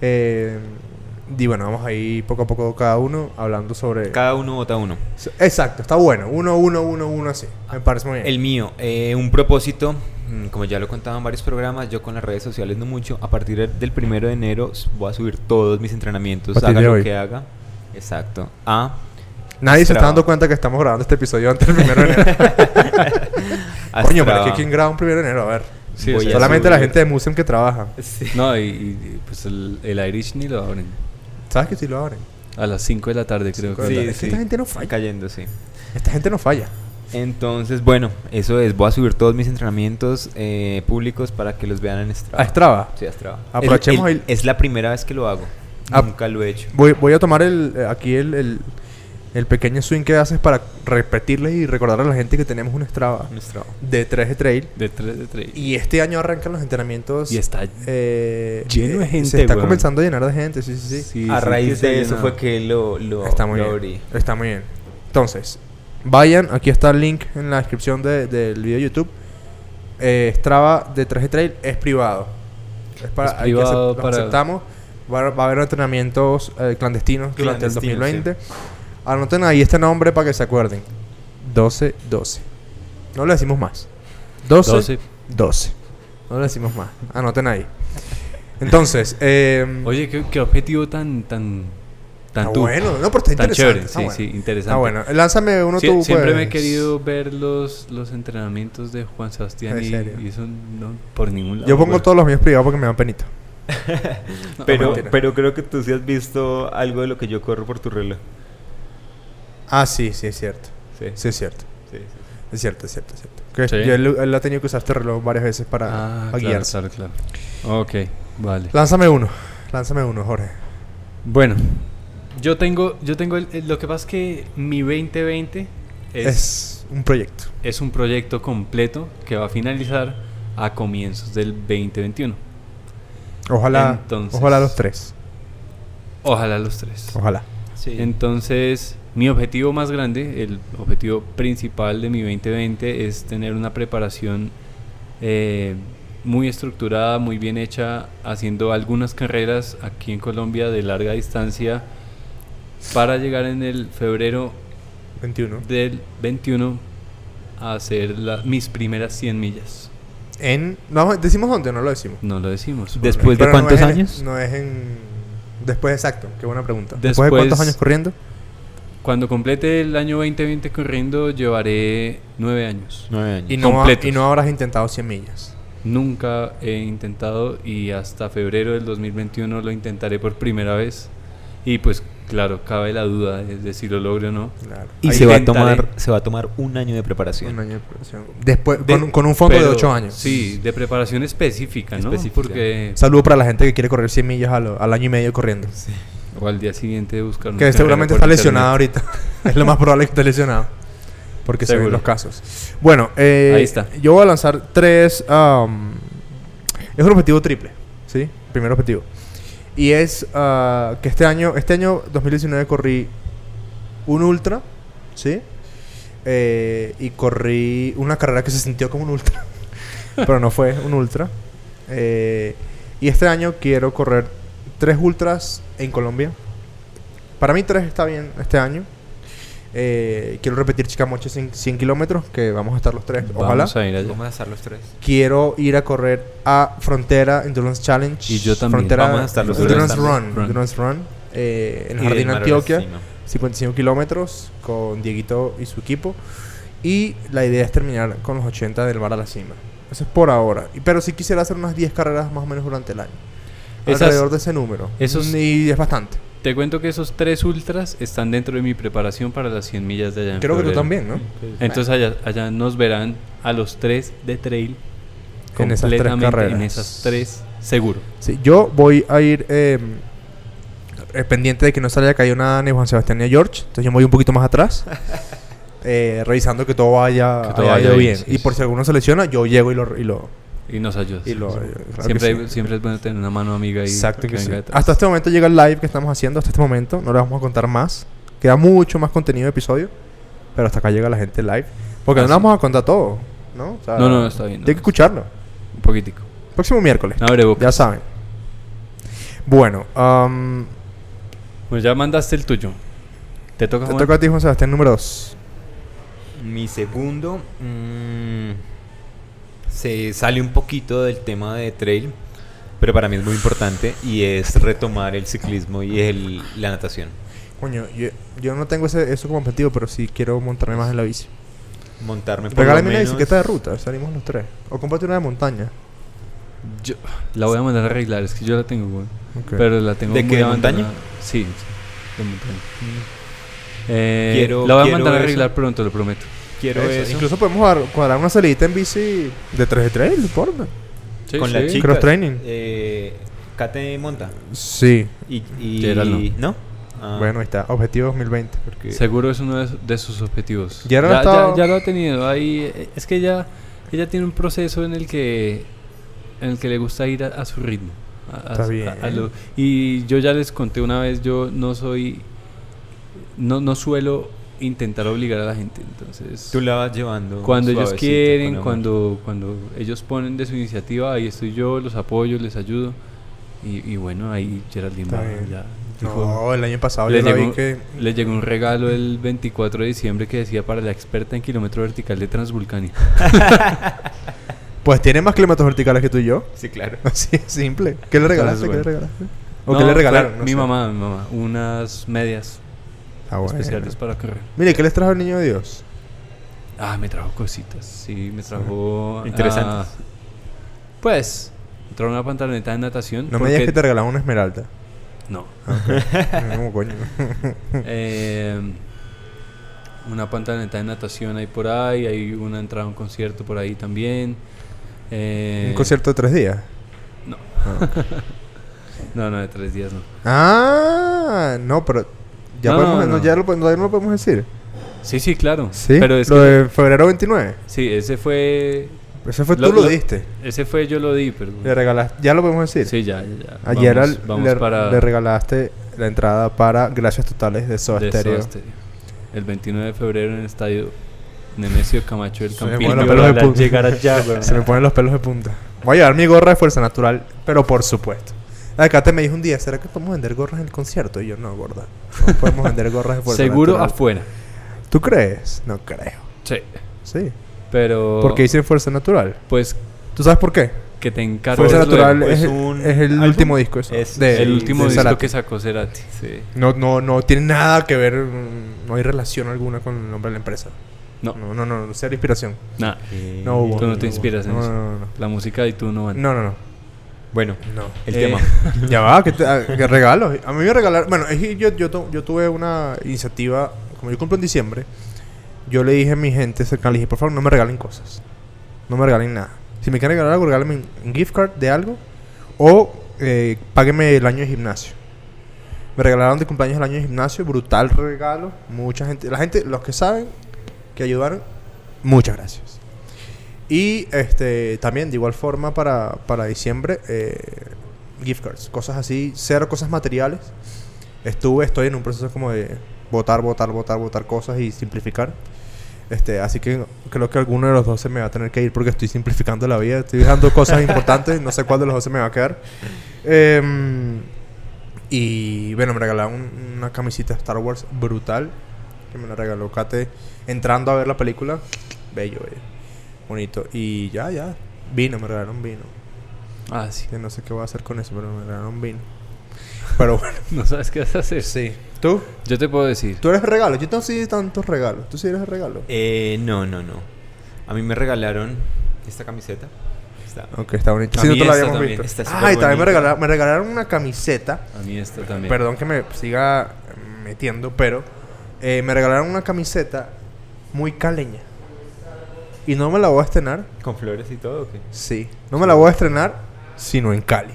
Speaker 1: Eh, y bueno, vamos ahí poco a poco cada uno hablando sobre...
Speaker 2: Cada uno vota uno.
Speaker 1: So- Exacto, está bueno. Uno, uno, uno, uno, así. Me parece muy bien.
Speaker 2: Ah, El mío, eh, un propósito, mm, como ya lo he contado en varios programas, yo con las redes sociales no mucho, a partir del primero de enero s- voy a subir todos mis entrenamientos,
Speaker 1: A partir
Speaker 2: haga
Speaker 1: de
Speaker 2: lo
Speaker 1: hoy.
Speaker 2: que haga. Exacto. A
Speaker 1: Nadie se está
Speaker 2: Strava.
Speaker 1: dando cuenta que estamos grabando este episodio antes del primero de enero.
Speaker 2: a
Speaker 1: Coño,
Speaker 2: Strava.
Speaker 1: ¿para qué quién graba un primero de enero? A ver.
Speaker 3: Sí, o
Speaker 2: Voy
Speaker 3: sea,
Speaker 2: a
Speaker 1: Solamente
Speaker 2: subir.
Speaker 1: la gente de Museum que trabaja.
Speaker 2: Sí.
Speaker 3: No, y, y- y, pues el, el Irish ni lo abren.
Speaker 1: ¿Sabes que si lo abren?
Speaker 3: A las 5 de la tarde creo
Speaker 1: Cinco
Speaker 3: que.
Speaker 1: de la
Speaker 2: Sí,
Speaker 1: tarde.
Speaker 2: sí.
Speaker 1: Esta gente no
Speaker 2: Está
Speaker 1: falla.
Speaker 2: cayendo, sí.
Speaker 1: Esta gente no falla.
Speaker 2: Entonces, bueno, eso es. Voy a subir todos mis entrenamientos eh, públicos para que los vean en Strava.
Speaker 1: A Strava.
Speaker 2: Sí, a Strava.
Speaker 1: Aprovechemos
Speaker 2: Es, el-
Speaker 1: el-
Speaker 2: es la primera vez que lo hago.
Speaker 1: Ah.
Speaker 2: Nunca lo he hecho.
Speaker 1: Voy, voy a tomar el, eh, aquí el, el, el pequeño swing que haces para repetirles y recordarle a la gente que tenemos un Strava
Speaker 2: En Strava.
Speaker 1: de 3 de trail.
Speaker 3: De 3 de 3. Y,
Speaker 1: Y este año arrancan los entrenamientos.
Speaker 3: está.
Speaker 1: eh,
Speaker 3: lleno de
Speaker 1: eh,
Speaker 3: gente,
Speaker 1: Se está
Speaker 3: weón.
Speaker 1: comenzando a llenar de gente, sí, sí, sí.
Speaker 3: Sí,
Speaker 2: a
Speaker 3: sí,
Speaker 2: raíz
Speaker 3: que se
Speaker 2: de eso
Speaker 3: llena.
Speaker 2: fue que lo, lo,
Speaker 1: Está muy
Speaker 2: lo
Speaker 1: bien.
Speaker 2: abrí.
Speaker 1: Está muy bien. Entonces, vayan, aquí está el link en la descripción de- del video de YouTube. Eh, Strava de 3G Trail es privado. Es para
Speaker 3: Es
Speaker 1: hay que
Speaker 3: privado
Speaker 1: acep- lo
Speaker 3: para-
Speaker 1: aceptamos. Va, a- va a haber entrenamientos eh, clandestinos durante el
Speaker 2: Clandestinos,
Speaker 1: 2020. Anoten ahí este nombre para que se acuerden. 12 12. No le decimos más. 12 12.
Speaker 3: 12.
Speaker 1: No le decimos más. Anoten ahí. Entonces, eh,
Speaker 3: Oye, qué, qué objetivo tan. tan. tan
Speaker 1: está
Speaker 3: tú.
Speaker 1: bueno, no, pero está
Speaker 3: tan
Speaker 1: interesante.
Speaker 3: chévere.
Speaker 1: está
Speaker 3: sí,
Speaker 1: bueno.
Speaker 3: sí, interesante.
Speaker 1: Está Ah, bueno, lánzame uno
Speaker 3: Sie-
Speaker 1: tú.
Speaker 3: siempre
Speaker 1: pues.
Speaker 3: me he querido ver los, los entrenamientos de Juan Sebastián
Speaker 1: ¿En
Speaker 3: y,
Speaker 1: serio?
Speaker 3: y eso no por ningún lado.
Speaker 1: Yo pongo
Speaker 3: weón.
Speaker 1: todos los míos privados porque me dan penita.
Speaker 3: No,
Speaker 2: Pero,
Speaker 1: mentira.
Speaker 2: pero creo que tú sí has visto algo de lo que yo corro por tu reloj.
Speaker 1: Ah, sí, sí, es cierto.
Speaker 2: Sí, sí,
Speaker 1: Sí, es cierto.
Speaker 2: sí.
Speaker 1: Es cierto, es cierto, es cierto. Que
Speaker 3: Sí.
Speaker 1: Yo, él, él ha tenido que usar este reloj varias veces para
Speaker 3: Ah,
Speaker 1: para
Speaker 3: claro,
Speaker 1: guiarse.
Speaker 3: claro, claro. Ok, vale.
Speaker 1: Lánzame uno, lánzame uno, Jorge.
Speaker 3: Bueno, yo tengo, yo tengo el- el- lo que pasa es que mi 2020
Speaker 1: Es,
Speaker 3: es,
Speaker 1: un proyecto.
Speaker 3: es un proyecto completo que va a finalizar a comienzos del 2021.
Speaker 1: Ojalá,
Speaker 3: Entonces-
Speaker 1: ojalá los tres.
Speaker 3: Ojalá los tres.
Speaker 1: Ojalá.
Speaker 3: Entonces, mi objetivo más grande, el objetivo principal de mi 2020 es tener una preparación eh, muy estructurada, muy bien hecha, haciendo algunas carreras aquí en Colombia de larga distancia para llegar en el febrero
Speaker 1: 21.
Speaker 3: del 21 a hacer la- mis primeras 100 millas.
Speaker 1: En, no, decimos dónde, o no lo decimos.
Speaker 3: No lo decimos.
Speaker 2: Des- ¿Después de
Speaker 1: Pero no
Speaker 2: cuántos
Speaker 1: es en-
Speaker 2: años?
Speaker 1: no es en después exacto, qué buena pregunta. Después, de cuántos
Speaker 3: Después-
Speaker 1: años corriendo?
Speaker 3: Cuando complete el año 2020 corriendo, llevaré 9 años.
Speaker 2: Nueve años.
Speaker 1: Y no, ha-
Speaker 3: completos.
Speaker 1: y no habrás intentado 100 millas.
Speaker 3: Nunca he intentado y hasta febrero del 2021 lo intentaré por primera vez. Y pues claro, cabe la duda de, de si lo logro o no.
Speaker 1: Claro.
Speaker 2: Y
Speaker 1: Ahí
Speaker 2: se va, a
Speaker 3: intentaré.
Speaker 2: tomar, se va a tomar un año de preparación.
Speaker 1: Un año de preparación. pues, Después,
Speaker 3: De-
Speaker 1: con, con un fondo
Speaker 3: pero
Speaker 1: de 8 años.
Speaker 3: Sí, de preparación específica, ¿no?
Speaker 2: Específica.
Speaker 3: Porque...
Speaker 1: Saludo para la gente que quiere correr 100 millas al, al año y medio corriendo.
Speaker 3: O al día siguiente buscar una
Speaker 1: que
Speaker 3: carrera
Speaker 1: seguramente
Speaker 3: por
Speaker 1: está
Speaker 3: internet.
Speaker 1: lesionado ahorita. es lo más probable que esté lesionado. Porque se ven
Speaker 3: Seguro.
Speaker 1: los casos. Bueno, eh,
Speaker 3: Ahí está.
Speaker 1: yo voy a lanzar tres. am, es un objetivo triple. ¿Sí? Primer objetivo. Y es ah, que este año, este año 2019 corrí un ultra. ¿Sí? Eh, y corrí una carrera que se sintió como un ultra. pero no fue un ultra. Eh, y este año quiero correr tres ultras en Colombia. Para mí tres está bien este año. Eh, quiero repetir Chicamoche 100, 100 kilómetros, que vamos a estar los tres, ojalá.
Speaker 3: Vamos a ir allá.
Speaker 2: Vamos a estar los tres.
Speaker 1: Quiero ir a correr a Frontera Endurance Challenge.
Speaker 3: Y yo también.
Speaker 1: Frontera
Speaker 2: Vamos a estar los tres
Speaker 1: Endurance
Speaker 2: también.
Speaker 1: Run.
Speaker 3: Run.
Speaker 1: Endurance Run. eh, en
Speaker 2: Y
Speaker 1: Jardín
Speaker 2: del Mar
Speaker 1: Antioquia.
Speaker 2: Vecino.
Speaker 1: 55 kilómetros con Dieguito y su equipo. Y la idea es terminar con los 80 del bar a la cima. Eso es por ahora. Y- Pero sí quisiera hacer unas 10 carreras más o menos durante el año.
Speaker 3: Esas-
Speaker 1: Alrededor de ese número.
Speaker 3: esos-
Speaker 1: y es bastante.
Speaker 3: Te cuento que esos tres ultras están dentro de mi preparación para las 100 millas de allá. en
Speaker 1: Creo que tú
Speaker 3: febrero.
Speaker 1: también, ¿no?
Speaker 3: Entonces allá, allá nos verán a los tres de trail
Speaker 1: En esas tres
Speaker 3: completamente
Speaker 1: carreras.
Speaker 3: en esas tres seguro.
Speaker 1: Sí, yo voy a ir eh, eh, pendiente de que no se le haya caído nada ni a Juan Sebastián ni a George. Entonces yo me voy un poquito más atrás. eh, revisando que todo vaya,
Speaker 3: Que todo
Speaker 1: haya
Speaker 3: vaya
Speaker 1: ido
Speaker 3: bien,
Speaker 1: bien.
Speaker 3: sí,
Speaker 1: y por
Speaker 3: sí.
Speaker 1: si alguno se lesiona, yo llego y lo... Y lo,
Speaker 3: Y nos ayudas.
Speaker 1: y lo- claro que
Speaker 3: siempre,
Speaker 1: sí.
Speaker 3: hay- siempre es bueno tener una mano amiga ahí.
Speaker 1: Exacto que
Speaker 3: venga
Speaker 1: sí.
Speaker 3: detrás.
Speaker 1: Hasta este momento llega el live que estamos haciendo, hasta este momento. No le vamos a contar más. Queda mucho más contenido de episodio. Pero hasta acá llega la gente live. Porque
Speaker 3: Ah,
Speaker 1: no le
Speaker 3: sí.
Speaker 1: vamos a contar todo, ¿no? O sea,
Speaker 3: No, no, está bien, no. Ah,
Speaker 1: Tienen que escucharlo.
Speaker 3: Un poquitico.
Speaker 1: Próximo miércoles.
Speaker 3: No abre boca.
Speaker 1: Ya saben. Bueno, um, am,
Speaker 3: Pues ya mandaste el tuyo. Te toca
Speaker 1: te
Speaker 3: Juan?
Speaker 1: toca a ti, Juan Sebastián, número 2.
Speaker 2: Mi segundo mm, se sale un poquito del tema de trail, pero para mí es muy importante y es retomar el ciclismo y el, la natación.
Speaker 1: Coño, yo, yo no tengo ese, eso como objetivo, pero sí quiero montarme más en la bici.
Speaker 2: montarme por lo
Speaker 1: Regálame una
Speaker 2: menos-
Speaker 1: bicicleta de ruta, salimos los tres. O cómprate una de montaña.
Speaker 3: Yo- la voy a mandar a arreglar, es que yo la tengo, weón.
Speaker 1: Ok.
Speaker 3: Pero la tengo
Speaker 2: ¿De
Speaker 3: muy
Speaker 2: qué, de montaña?
Speaker 3: abandonada. Sí, sí, de montaña. Eh,
Speaker 2: Quiero-
Speaker 3: la voy a
Speaker 2: quiero
Speaker 3: mandar a
Speaker 2: eso.
Speaker 3: arreglar pronto, lo prometo.
Speaker 2: Quiero
Speaker 1: Eso,
Speaker 2: eso.
Speaker 1: Incluso podemos dar- cuadrar una salidita en bici de 3 de 3, no importa.
Speaker 2: con la chica.
Speaker 1: Cross training.
Speaker 2: Eh, Kate monta.
Speaker 1: Sí.
Speaker 2: Y, y-
Speaker 3: Gerald
Speaker 2: no. Ah,
Speaker 1: Bueno, ahí está. Objetivo 2020.
Speaker 2: porque
Speaker 3: Seguro es uno de, su- de sus objetivos.
Speaker 1: Ya
Speaker 3: Ya,
Speaker 1: no
Speaker 3: ya,
Speaker 1: estaba-
Speaker 3: ya lo ha tenido. Ahí, eh, es que ella, ella tiene un proceso en el que, en el que le gusta ir a, a su ritmo. a- a
Speaker 1: Está
Speaker 3: su- a-
Speaker 1: bien.
Speaker 3: a lo- y yo ya les conté una vez, yo no soy, no, no suelo intentar obligar a la gente. Entonces,
Speaker 2: tú la vas llevando.
Speaker 3: cuando ellos
Speaker 2: suavecito, con
Speaker 3: quieren,
Speaker 2: amor.
Speaker 3: cuando, cuando ellos ponen de su iniciativa, ahí estoy yo, los apoyo, les ayudo. Y, y bueno, ahí Geraldine
Speaker 1: Está
Speaker 3: va,
Speaker 1: bien.
Speaker 3: ya dijo,
Speaker 1: No, el año pasado
Speaker 3: le
Speaker 1: yo la
Speaker 3: llegó,
Speaker 1: vi que.
Speaker 3: le llegó un regalo el 24 de diciembre que decía para la experta en kilómetro vertical de Transvulcania.
Speaker 1: Pues tiene más climatos verticales que tú y yo.
Speaker 2: Sí, claro.
Speaker 1: Así, simple. ¿Qué le regalaste?
Speaker 3: bueno.
Speaker 1: ¿Qué le regalaste? ¿O qué le regalaron? No
Speaker 3: mi
Speaker 1: sé.
Speaker 3: mamá, mi mamá. Unas medias
Speaker 1: Ah, bueno.
Speaker 3: especiales para correr.
Speaker 1: Mire, ¿qué les trajo el niño de Dios?
Speaker 3: Ah, me trajo cositas. Sí, me trajo...
Speaker 2: Interesantes.
Speaker 3: ah, pues, me trajo una pantaloneta de natación.
Speaker 1: No me digas que te regalaron una esmeralda.
Speaker 3: No.
Speaker 1: ¿Cómo coño?
Speaker 3: Eh, una pantaloneta de natación ahí por ahí. Hay una entrada a un concierto por ahí también. Eh,
Speaker 1: Un concierto de tres días.
Speaker 3: No.
Speaker 1: Ah.
Speaker 3: No, no, de tres días no.
Speaker 1: Ah, no, pero ya,
Speaker 3: No,
Speaker 1: podemos,
Speaker 3: no,
Speaker 1: no,
Speaker 3: no.
Speaker 1: ya, lo, po- todavía no lo podemos decir.
Speaker 3: Sí, sí, claro.
Speaker 1: Sí,
Speaker 3: Pero es
Speaker 1: lo
Speaker 3: que-
Speaker 1: de febrero 29.
Speaker 3: Sí, ese fue.
Speaker 1: Ese fue
Speaker 3: Lo-
Speaker 1: tú lo,
Speaker 3: lo-
Speaker 1: diste.
Speaker 3: Ese fue yo lo di, pero.
Speaker 1: Le regalaste, ya lo podemos decir.
Speaker 3: Sí, ya, ya. ya.
Speaker 1: Ayer
Speaker 3: vamos,
Speaker 1: al-
Speaker 3: vamos
Speaker 1: le,
Speaker 3: para.
Speaker 1: le regalaste la entrada para Gracias Totales de Soda
Speaker 3: de
Speaker 1: Stereo.
Speaker 3: Soda Stereo. El 29 de febrero en el estadio Nemesio Camacho del
Speaker 1: Se me
Speaker 3: Campín.
Speaker 1: ponen los
Speaker 3: Yo
Speaker 1: pelos de
Speaker 3: ojalá
Speaker 1: punta.
Speaker 3: llegar allá, weón.
Speaker 1: Se me ponen los pelos de punta. Voy a llevar mi gorra de fuerza natural, pero por supuesto. Acá te me dijo un día, ¿será que podemos vender gorras en el concierto? Y yo, no, gorda. No podemos vender gorras de fuerza
Speaker 3: Seguro
Speaker 1: natural.
Speaker 3: afuera.
Speaker 1: ¿Tú crees? No creo.
Speaker 3: Sí.
Speaker 1: Sí.
Speaker 3: Pero.
Speaker 1: Porque dicen fuerza natural.
Speaker 3: Pues
Speaker 1: ¿Tú sabes por qué?
Speaker 3: que te encargo.
Speaker 1: Fuerza
Speaker 3: luego.
Speaker 1: Natural eh,
Speaker 2: es
Speaker 1: es,
Speaker 2: un
Speaker 1: es el
Speaker 2: álbum.
Speaker 1: último disco. Eso,
Speaker 2: Es
Speaker 3: El
Speaker 2: sí,
Speaker 3: último
Speaker 1: de
Speaker 3: disco
Speaker 1: Cerati.
Speaker 3: que sacó Cerati.
Speaker 2: Sí.
Speaker 1: No, no, no tiene nada que ver, mm, no hay relación alguna con el nombre de la empresa.
Speaker 3: No,
Speaker 1: No, no, no, no, cero inspiración.
Speaker 3: nada.
Speaker 1: No hubo.
Speaker 3: Tú no
Speaker 1: hubo.
Speaker 3: te inspiras en
Speaker 1: no,
Speaker 3: eso.
Speaker 1: No, no,
Speaker 3: La música y tú no van.
Speaker 1: no. No, no, no.
Speaker 2: Bueno,
Speaker 1: No.
Speaker 2: el
Speaker 3: Eh,
Speaker 2: tema.
Speaker 1: Ya va, que, te, ah, que regalos. A mí me regalaron. Bueno, es que yo, yo, tu- yo tuve una iniciativa. Como yo cumplo en diciembre, yo le dije a mi gente cercana, le dije, por favor, no me regalen cosas. No me regalen nada. Si me quieren regalar algo, regálenme un- un gift card de algo. O eh, páguenme el año de gimnasio. Me regalaron de cumpleaños el año de gimnasio. Brutal regalo. Mucha gente. La gente, los que saben, que ayudaron, muchas gracias. Y este también, de igual forma, para, para diciembre, eh, gift cards, cosas así, cero cosas materiales. Estuve, estoy en un proceso como de votar, votar, votar, votar cosas y simplificar. Este, así que creo que alguno de los dos se me va a tener que ir porque estoy simplificando la vida, estoy dejando cosas importantes, no sé cuál de los dos se me va a quedar. Em, y bueno, me regalaron un- una camisita de Star Wars brutal, que me la regaló Kate entrando a ver la película. Bello, bello. Bonito. Y ya, ya. Vino, me regalaron vino.
Speaker 3: Ah, sí.
Speaker 1: Que no sé qué voy a hacer con eso, pero me regalaron vino. Pero bueno.
Speaker 3: No sabes qué vas a hacer.
Speaker 1: Sí. ¿Tú?
Speaker 3: Yo te puedo decir.
Speaker 1: Tú eres regalo. Yo no soy tantos regalos. ¿Tú sí eres de regalo?
Speaker 2: Eh, no, no, no. A mí me regalaron esta camiseta. Está.
Speaker 1: Ok, está bonito.
Speaker 2: A
Speaker 1: Sí,
Speaker 2: mí
Speaker 1: nosotros la
Speaker 2: esta
Speaker 1: habíamos
Speaker 2: también,
Speaker 1: visto.
Speaker 2: esta es
Speaker 1: Ay, también me
Speaker 2: superbonita.
Speaker 1: regalaron, me regalaron una camiseta.
Speaker 3: A mí esta también.
Speaker 1: Perdón que me siga metiendo, pero eh, me regalaron una camiseta muy caleña. Y no me la voy a estrenar.
Speaker 2: ¿Con flores y todo o qué?
Speaker 1: Sí. No me la voy a estrenar, sino en Cali.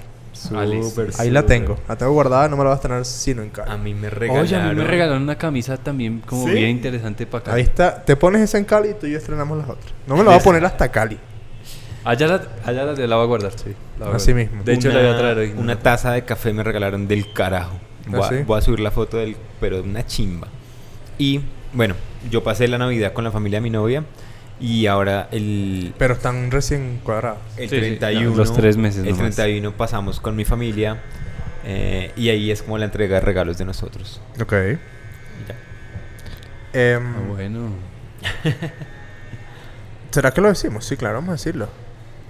Speaker 3: Ah, listo.
Speaker 2: Súper,
Speaker 1: Ahí la
Speaker 2: súper.
Speaker 1: tengo. La tengo guardada, no me la voy a estrenar, sino en Cali.
Speaker 2: Pues A mí me regalaron.
Speaker 3: Oye, a mí me regalaron una camisa también como
Speaker 2: ¿Sí?
Speaker 3: bien interesante para acá.
Speaker 1: Ahí está. Te pones esa en Cali y tú y yo estrenamos las otras. No me la voy a poner hasta Cali.
Speaker 3: Allá la, allá la, la va a guardar, sí. la voy a
Speaker 1: Así
Speaker 3: guardar.
Speaker 1: mismo.
Speaker 3: De hecho,
Speaker 2: una,
Speaker 3: la voy a traer hoy.
Speaker 2: Una taza de café me regalaron del carajo. Voy,
Speaker 1: ¿Ah,
Speaker 2: a,
Speaker 1: sí?
Speaker 2: voy a subir la foto del. Pero una chimba. Y bueno, yo pasé la Navidad con la familia de mi novia. Y ahora el.
Speaker 1: Pero están recién cuadradas.
Speaker 2: El
Speaker 3: Sí, sí,
Speaker 2: 31.
Speaker 3: no, los tres meses
Speaker 2: El
Speaker 3: nomás.
Speaker 2: 31 pasamos con mi familia. eh, y ahí es como la entrega de regalos de nosotros.
Speaker 1: Ok.
Speaker 2: Y ya.
Speaker 1: Em,
Speaker 3: Ah, bueno.
Speaker 1: ¿Será que lo decimos? Sí, claro, vamos a decirlo.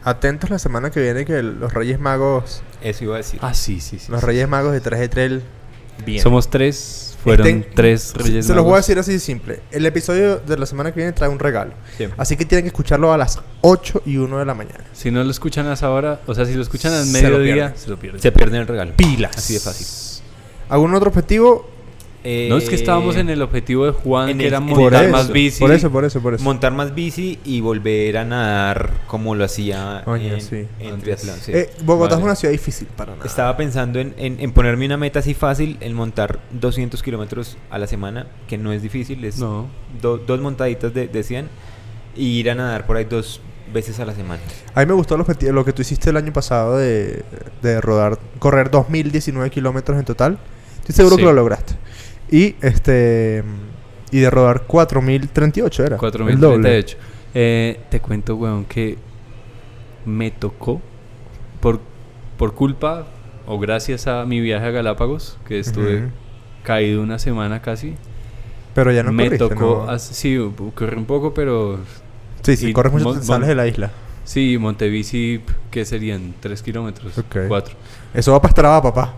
Speaker 1: Atentos la semana que viene que el- los Reyes Magos,
Speaker 2: Eso iba a decir.
Speaker 3: Ah, sí, sí, sí.
Speaker 1: los
Speaker 3: sí.
Speaker 1: Reyes Magos de traje trail
Speaker 2: Bien.
Speaker 3: Somos tres, fueron
Speaker 1: Estén-
Speaker 3: tres
Speaker 1: Se-
Speaker 3: Reyes
Speaker 1: Se los voy a
Speaker 3: Magos.
Speaker 1: decir así de simple. El episodio de la semana que viene trae un regalo.
Speaker 2: Bien.
Speaker 1: Así que tienen que escucharlo a las 8 y 1 de la mañana.
Speaker 3: Si no lo escuchan a esa hora, o sea, si lo escuchan al
Speaker 1: Se lo
Speaker 3: mediodía,
Speaker 1: pierden.
Speaker 3: se lo pierden.
Speaker 2: Se pierden el regalo.
Speaker 1: Pilas.
Speaker 2: Así de fácil.
Speaker 1: ¿Algún otro objetivo?
Speaker 3: No es que estábamos en el objetivo de Juan,
Speaker 2: en
Speaker 3: que
Speaker 2: el-
Speaker 3: era
Speaker 2: en el-
Speaker 1: Por
Speaker 3: montar
Speaker 1: eso,
Speaker 3: más bici.
Speaker 1: Por eso, por eso, por eso.
Speaker 2: Eh, Montar más bici y volver a nadar como lo hacía
Speaker 1: Oye,
Speaker 2: en,
Speaker 1: sí.
Speaker 2: en
Speaker 3: Antes.
Speaker 2: triatlón. sí.
Speaker 1: Eh, Bogotá es
Speaker 3: Vale.
Speaker 1: una ciudad difícil para nada.
Speaker 2: Estaba pensando en, en- en ponerme una meta así fácil, en montar 200 kilómetros a la semana, que no es difícil, es
Speaker 3: No.
Speaker 2: do- dos montaditas de, de 100 y ir a nadar por ahí dos veces a la semana.
Speaker 1: A mí me gustó el objetivo- lo que tú hiciste el año pasado de, de rodar, correr 2019 kilómetros en total. Estoy seguro
Speaker 3: Sí.
Speaker 1: que lo lograste. Y este y de rodar 4038 era. el doble.
Speaker 3: 4038. Eh, te cuento, weón, que me tocó por, por culpa o gracias a mi viaje a Galápagos, que estuve
Speaker 1: Ujú.
Speaker 3: caído una semana casi.
Speaker 1: Pero ya no
Speaker 3: me
Speaker 1: corriste,
Speaker 3: tocó,
Speaker 1: ¿no?
Speaker 3: as- sí, u- corrí un poco, pero
Speaker 1: Sí, sí,
Speaker 3: y
Speaker 1: corres mucho,
Speaker 3: mon-
Speaker 1: te sales
Speaker 3: mon-
Speaker 1: de la isla.
Speaker 3: sí, Montevici, ¿qué serían? ¿Tres kilómetros?
Speaker 1: Ok.
Speaker 3: ¿Cuatro?
Speaker 1: Eso va para Strava, papá.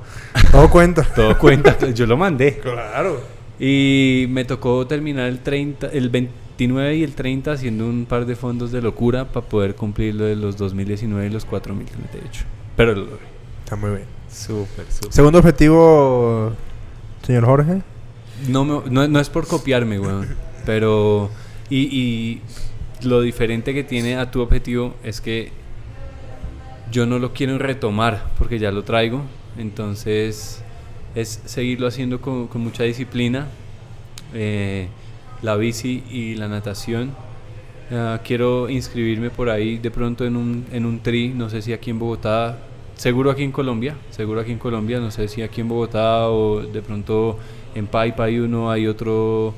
Speaker 1: Todo cuenta.
Speaker 3: Todo cuenta, yo lo mandé.
Speaker 1: claro.
Speaker 3: Y me tocó terminar el 30, el 29 y el 30 haciendo un par de fondos de locura para poder cumplir lo de los 2019 y los 4038. Pero lo logré.
Speaker 1: Está muy bien.
Speaker 3: Súper, súper.
Speaker 1: Segundo objetivo, señor Jorge.
Speaker 3: No, me- no, no es por copiarme, weón. Pero. Y, y lo diferente que tiene a tu objetivo es que yo no lo quiero retomar porque ya lo traigo. Entonces es seguirlo haciendo con, con mucha disciplina. eh, la bici y la natación. Ah, quiero inscribirme por ahí de pronto en un, en un tri, no sé si aquí en Bogotá, seguro aquí en Colombia, seguro aquí en Colombia, no sé si aquí en Bogotá o de pronto en Paipa hay uno, hay otro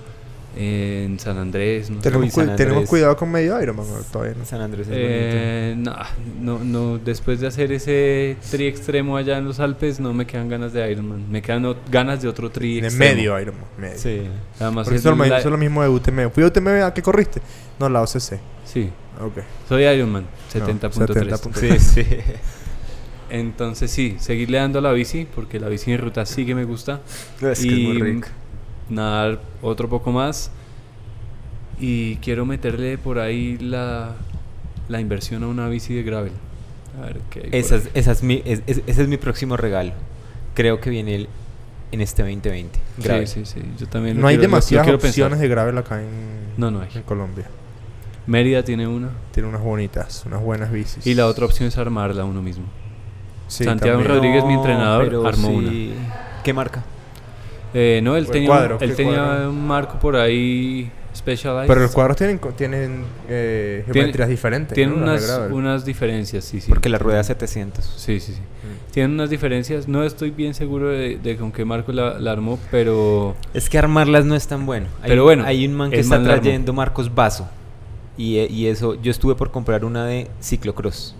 Speaker 3: eh, en San Andrés. No sé.
Speaker 1: Tenemos,
Speaker 2: Uy, San
Speaker 1: cu-
Speaker 2: Andrés.
Speaker 1: tenemos cuidado con medio Ironman ¿no? todavía. No.
Speaker 2: San Andrés es
Speaker 3: Eh, nah, no, no, después de hacer ese tri extremo allá en los Alpes, no me quedan ganas de Ironman. Me quedan ot- ganas de otro tri
Speaker 1: De
Speaker 3: extremo.
Speaker 1: medio Ironman. Medio.
Speaker 2: bonito. Sí.
Speaker 3: Además,
Speaker 1: Porque
Speaker 3: es
Speaker 1: eso, es lo,
Speaker 3: la-
Speaker 1: eso es lo mismo de UTM. ¿Fui a UTM a qué corriste? No, la OCC.
Speaker 3: Sí,
Speaker 1: Ok.
Speaker 3: soy Ironman, 70.3.
Speaker 1: 70.3.
Speaker 2: Sí, sí.
Speaker 3: Entonces sí, seguirle dando a la bici, porque la bici en ruta sí que me gusta.
Speaker 2: Es que es muy rico.
Speaker 3: nadar otro poco más. Y quiero meterle por ahí la, la inversión a una bici de gravel. A ver qué hay por
Speaker 2: Esa es-
Speaker 3: ahí.
Speaker 2: esa es mi- es- es- ese es mi próximo regalo. Creo que viene el- en este 2020. Grave.
Speaker 3: Sí, sí, sí. Yo también lo
Speaker 1: No hay
Speaker 3: quiero- lo- lo
Speaker 1: demasiadas
Speaker 3: quiero
Speaker 1: opciones de
Speaker 3: pensar.
Speaker 1: gravel acá en,
Speaker 3: No, no hay.
Speaker 1: en Colombia.
Speaker 3: Mérida tiene una.
Speaker 1: Tiene unas bonitas, unas buenas bicis.
Speaker 3: Y la otra opción es armarla uno mismo.
Speaker 1: Sí,
Speaker 3: Santiago
Speaker 1: también.
Speaker 3: Rodríguez. mi entrenador,
Speaker 2: pero
Speaker 3: armó
Speaker 2: ¿Qué marca?
Speaker 3: Eh, no, él
Speaker 1: El
Speaker 3: tenía,
Speaker 1: cuadro,
Speaker 3: él
Speaker 1: ¿qué
Speaker 3: tenía
Speaker 1: cuadro?
Speaker 3: un marco por ahí Specialized.
Speaker 1: Pero los cuadros tienen, co- tienen eh,
Speaker 3: Tiene-
Speaker 1: geometrías diferentes.
Speaker 3: tiene
Speaker 1: ¿no? Las de
Speaker 3: unas,
Speaker 1: gravel.
Speaker 3: unas diferencias, sí, sí.
Speaker 2: Porque la rueda es 700.
Speaker 3: Sí, sí, sí.
Speaker 1: Mm.
Speaker 3: Tienen unas diferencias. No estoy bien seguro de, de con qué marco la, la armó, pero
Speaker 2: Es que armarlas no es tan bueno. Hay,
Speaker 3: Pero bueno,
Speaker 2: hay un man que
Speaker 3: el
Speaker 2: está
Speaker 3: man la armó.
Speaker 2: trayendo Marcos Vaso. Y, eh, y eso, yo estuve por comprar una de ciclocross.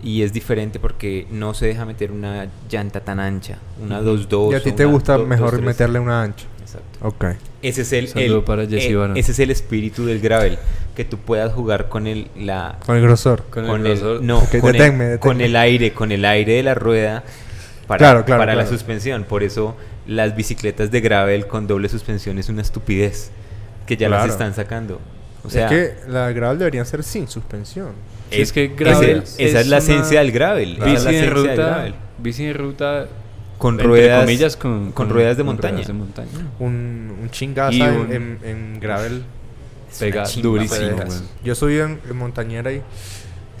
Speaker 2: Y es diferente porque no se deja meter una llanta tan ancha. Una 2-2.
Speaker 1: Y a ti
Speaker 2: o
Speaker 1: te
Speaker 2: una
Speaker 1: gusta
Speaker 2: do-
Speaker 1: mejor
Speaker 2: 2-3.
Speaker 1: meterle una ancha.
Speaker 2: Exacto.
Speaker 1: Ok.
Speaker 2: Ese es el,
Speaker 3: Saludo
Speaker 2: el-
Speaker 3: para Jesse
Speaker 2: eh,
Speaker 3: Barón.
Speaker 2: ese es el espíritu del gravel, que tú puedas jugar con el la
Speaker 1: Con el grosor.
Speaker 3: Con el
Speaker 2: con el,
Speaker 3: grosor.
Speaker 2: no,
Speaker 1: Ok,
Speaker 2: con,
Speaker 1: deténme,
Speaker 2: el,
Speaker 1: deténme.
Speaker 2: con el aire, con el aire de la rueda para,
Speaker 1: Claro, claro,
Speaker 2: para la
Speaker 1: claro.
Speaker 2: suspensión. Por eso las bicicletas de gravel con doble suspensión es una estupidez que ya
Speaker 1: Claro.
Speaker 2: las están sacando. O sea,
Speaker 1: es que la gravel deberían ser sin suspensión.
Speaker 3: Sí, es que gravel
Speaker 2: ese- esa
Speaker 3: es
Speaker 2: es la
Speaker 3: una
Speaker 2: esencia del gravel. esa es
Speaker 3: bici
Speaker 2: la
Speaker 3: de
Speaker 2: esencia del
Speaker 3: ruta,
Speaker 2: gravel.
Speaker 3: bici de ruta
Speaker 2: Con
Speaker 3: entre
Speaker 2: ruedas,
Speaker 3: comillas, con,
Speaker 2: con, ruedas de
Speaker 3: con
Speaker 2: montaña.
Speaker 3: ruedas de montaña.
Speaker 1: Un, un chingazo
Speaker 3: Y
Speaker 1: en,
Speaker 3: un-
Speaker 1: en- en gravel.
Speaker 2: Es una
Speaker 3: Pega
Speaker 2: chimba,
Speaker 3: durísimo.
Speaker 2: pedazo.
Speaker 3: weón.
Speaker 1: Yo subí en, en montañera y...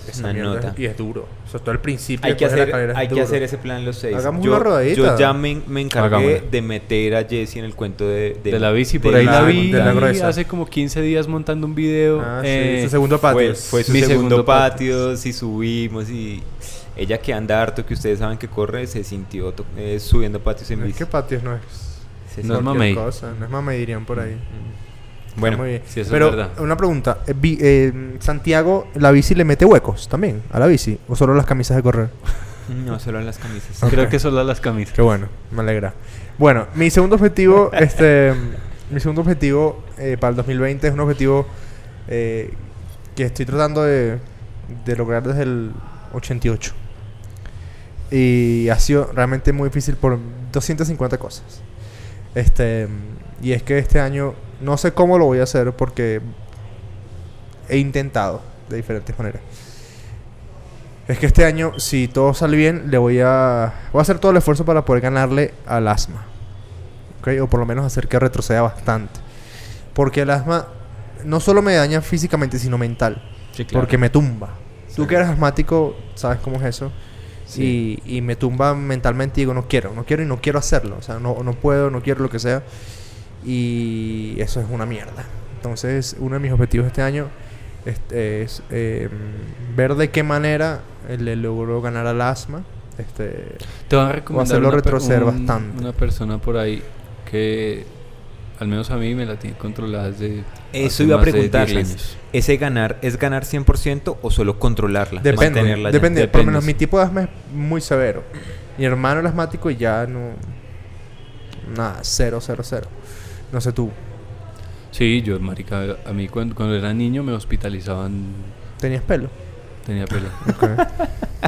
Speaker 1: esa
Speaker 2: Una
Speaker 1: mierda es-
Speaker 2: nota.
Speaker 1: Y es duro. O sea, todo el principio
Speaker 2: Hay que,
Speaker 1: después de la
Speaker 2: hacer,
Speaker 1: carrera es
Speaker 2: hay que
Speaker 1: duro.
Speaker 2: hacer ese plan los seis.
Speaker 1: Hagamos
Speaker 2: yo,
Speaker 1: una rodadita.
Speaker 2: Yo ya me, me encargué
Speaker 3: Hagámosla.
Speaker 2: de meter a Jesse en el cuento de,
Speaker 3: De la bici,
Speaker 2: de
Speaker 3: por ahí la,
Speaker 1: la-
Speaker 3: vi
Speaker 1: de la gruesa.
Speaker 3: hace como 15 días montando un video.
Speaker 1: Ah,
Speaker 3: eh,
Speaker 1: sí, su segundo patio.
Speaker 2: Fue, fue su
Speaker 3: Mi
Speaker 2: segundo,
Speaker 3: segundo
Speaker 2: patio, si subimos y ella que anda harto, que ustedes saben que corre, se sintió to- eh, subiendo patios en
Speaker 1: No es
Speaker 2: bici.
Speaker 1: que patios no es.
Speaker 2: Se
Speaker 3: No es
Speaker 1: cualquier
Speaker 2: sintió-
Speaker 3: mamey.
Speaker 1: cosa, No es mamey, dirían por ahí.
Speaker 2: Mm.
Speaker 1: Está muy
Speaker 2: Bueno,
Speaker 1: bien.
Speaker 3: sí, eso es
Speaker 1: Pero
Speaker 3: verdad.
Speaker 1: una pregunta. eh, vi- eh, Santiago, ¿la bici le mete huecos también a la bici? ¿O solo las camisas de correr?
Speaker 2: no solo en las camisas.
Speaker 1: Ok.
Speaker 3: Creo que solo las camisas.
Speaker 1: Qué bueno, me alegra. Bueno, mi segundo objetivo, este, mi segundo objetivo eh, para el 2020 es un objetivo eh, que estoy tratando de, de lograr desde el 88. Y ha sido realmente muy difícil por 250 cosas. Este, mm, y es que este año no sé cómo lo voy a hacer porque he intentado de diferentes maneras. Es que este año, si todo sale bien, le voy a. Voy a hacer todo el esfuerzo para poder ganarle al asma. ¿ok? O por lo menos hacer que retroceda bastante. Porque el asma no solo me daña físicamente, sino mental.
Speaker 2: Sí, claro.
Speaker 1: Porque me tumba. Tú
Speaker 2: Sí.
Speaker 1: que eres asmático, sabes cómo es eso.
Speaker 2: Sí.
Speaker 1: Y, y me tumba mentalmente y digo, no quiero, no quiero y no quiero hacerlo. O sea, no, no puedo, no quiero lo que sea. Y eso es una mierda. Entonces, uno de mis objetivos este año es, es, eh, ver de qué manera le logró ganar al asma. Este,
Speaker 3: Te van a recomendar
Speaker 1: hacerlo
Speaker 3: una per-
Speaker 1: retroceder
Speaker 3: un-
Speaker 1: bastante.
Speaker 3: Una persona por ahí que al menos a mí me la tiene controlada desde
Speaker 2: Eso
Speaker 3: hace
Speaker 2: iba a
Speaker 3: más de 10
Speaker 2: preguntarles.
Speaker 3: años.
Speaker 2: ¿Ese ganar es ganar 100% o solo controlarla?
Speaker 1: depende,
Speaker 2: mantenerla
Speaker 1: depende,
Speaker 2: ya?
Speaker 1: Por lo
Speaker 3: Depende,
Speaker 1: menos
Speaker 3: sí.
Speaker 1: mi tipo de asma es muy severo. Mi hermano era asmático y ya no... Nada, cero, cero, cero. No sé tú.
Speaker 3: Sí, yo, marica, a mí cuando, cuando era niño me hospitalizaban,
Speaker 1: ¿Tenías pelo?
Speaker 3: tenía pelo.
Speaker 1: Ok.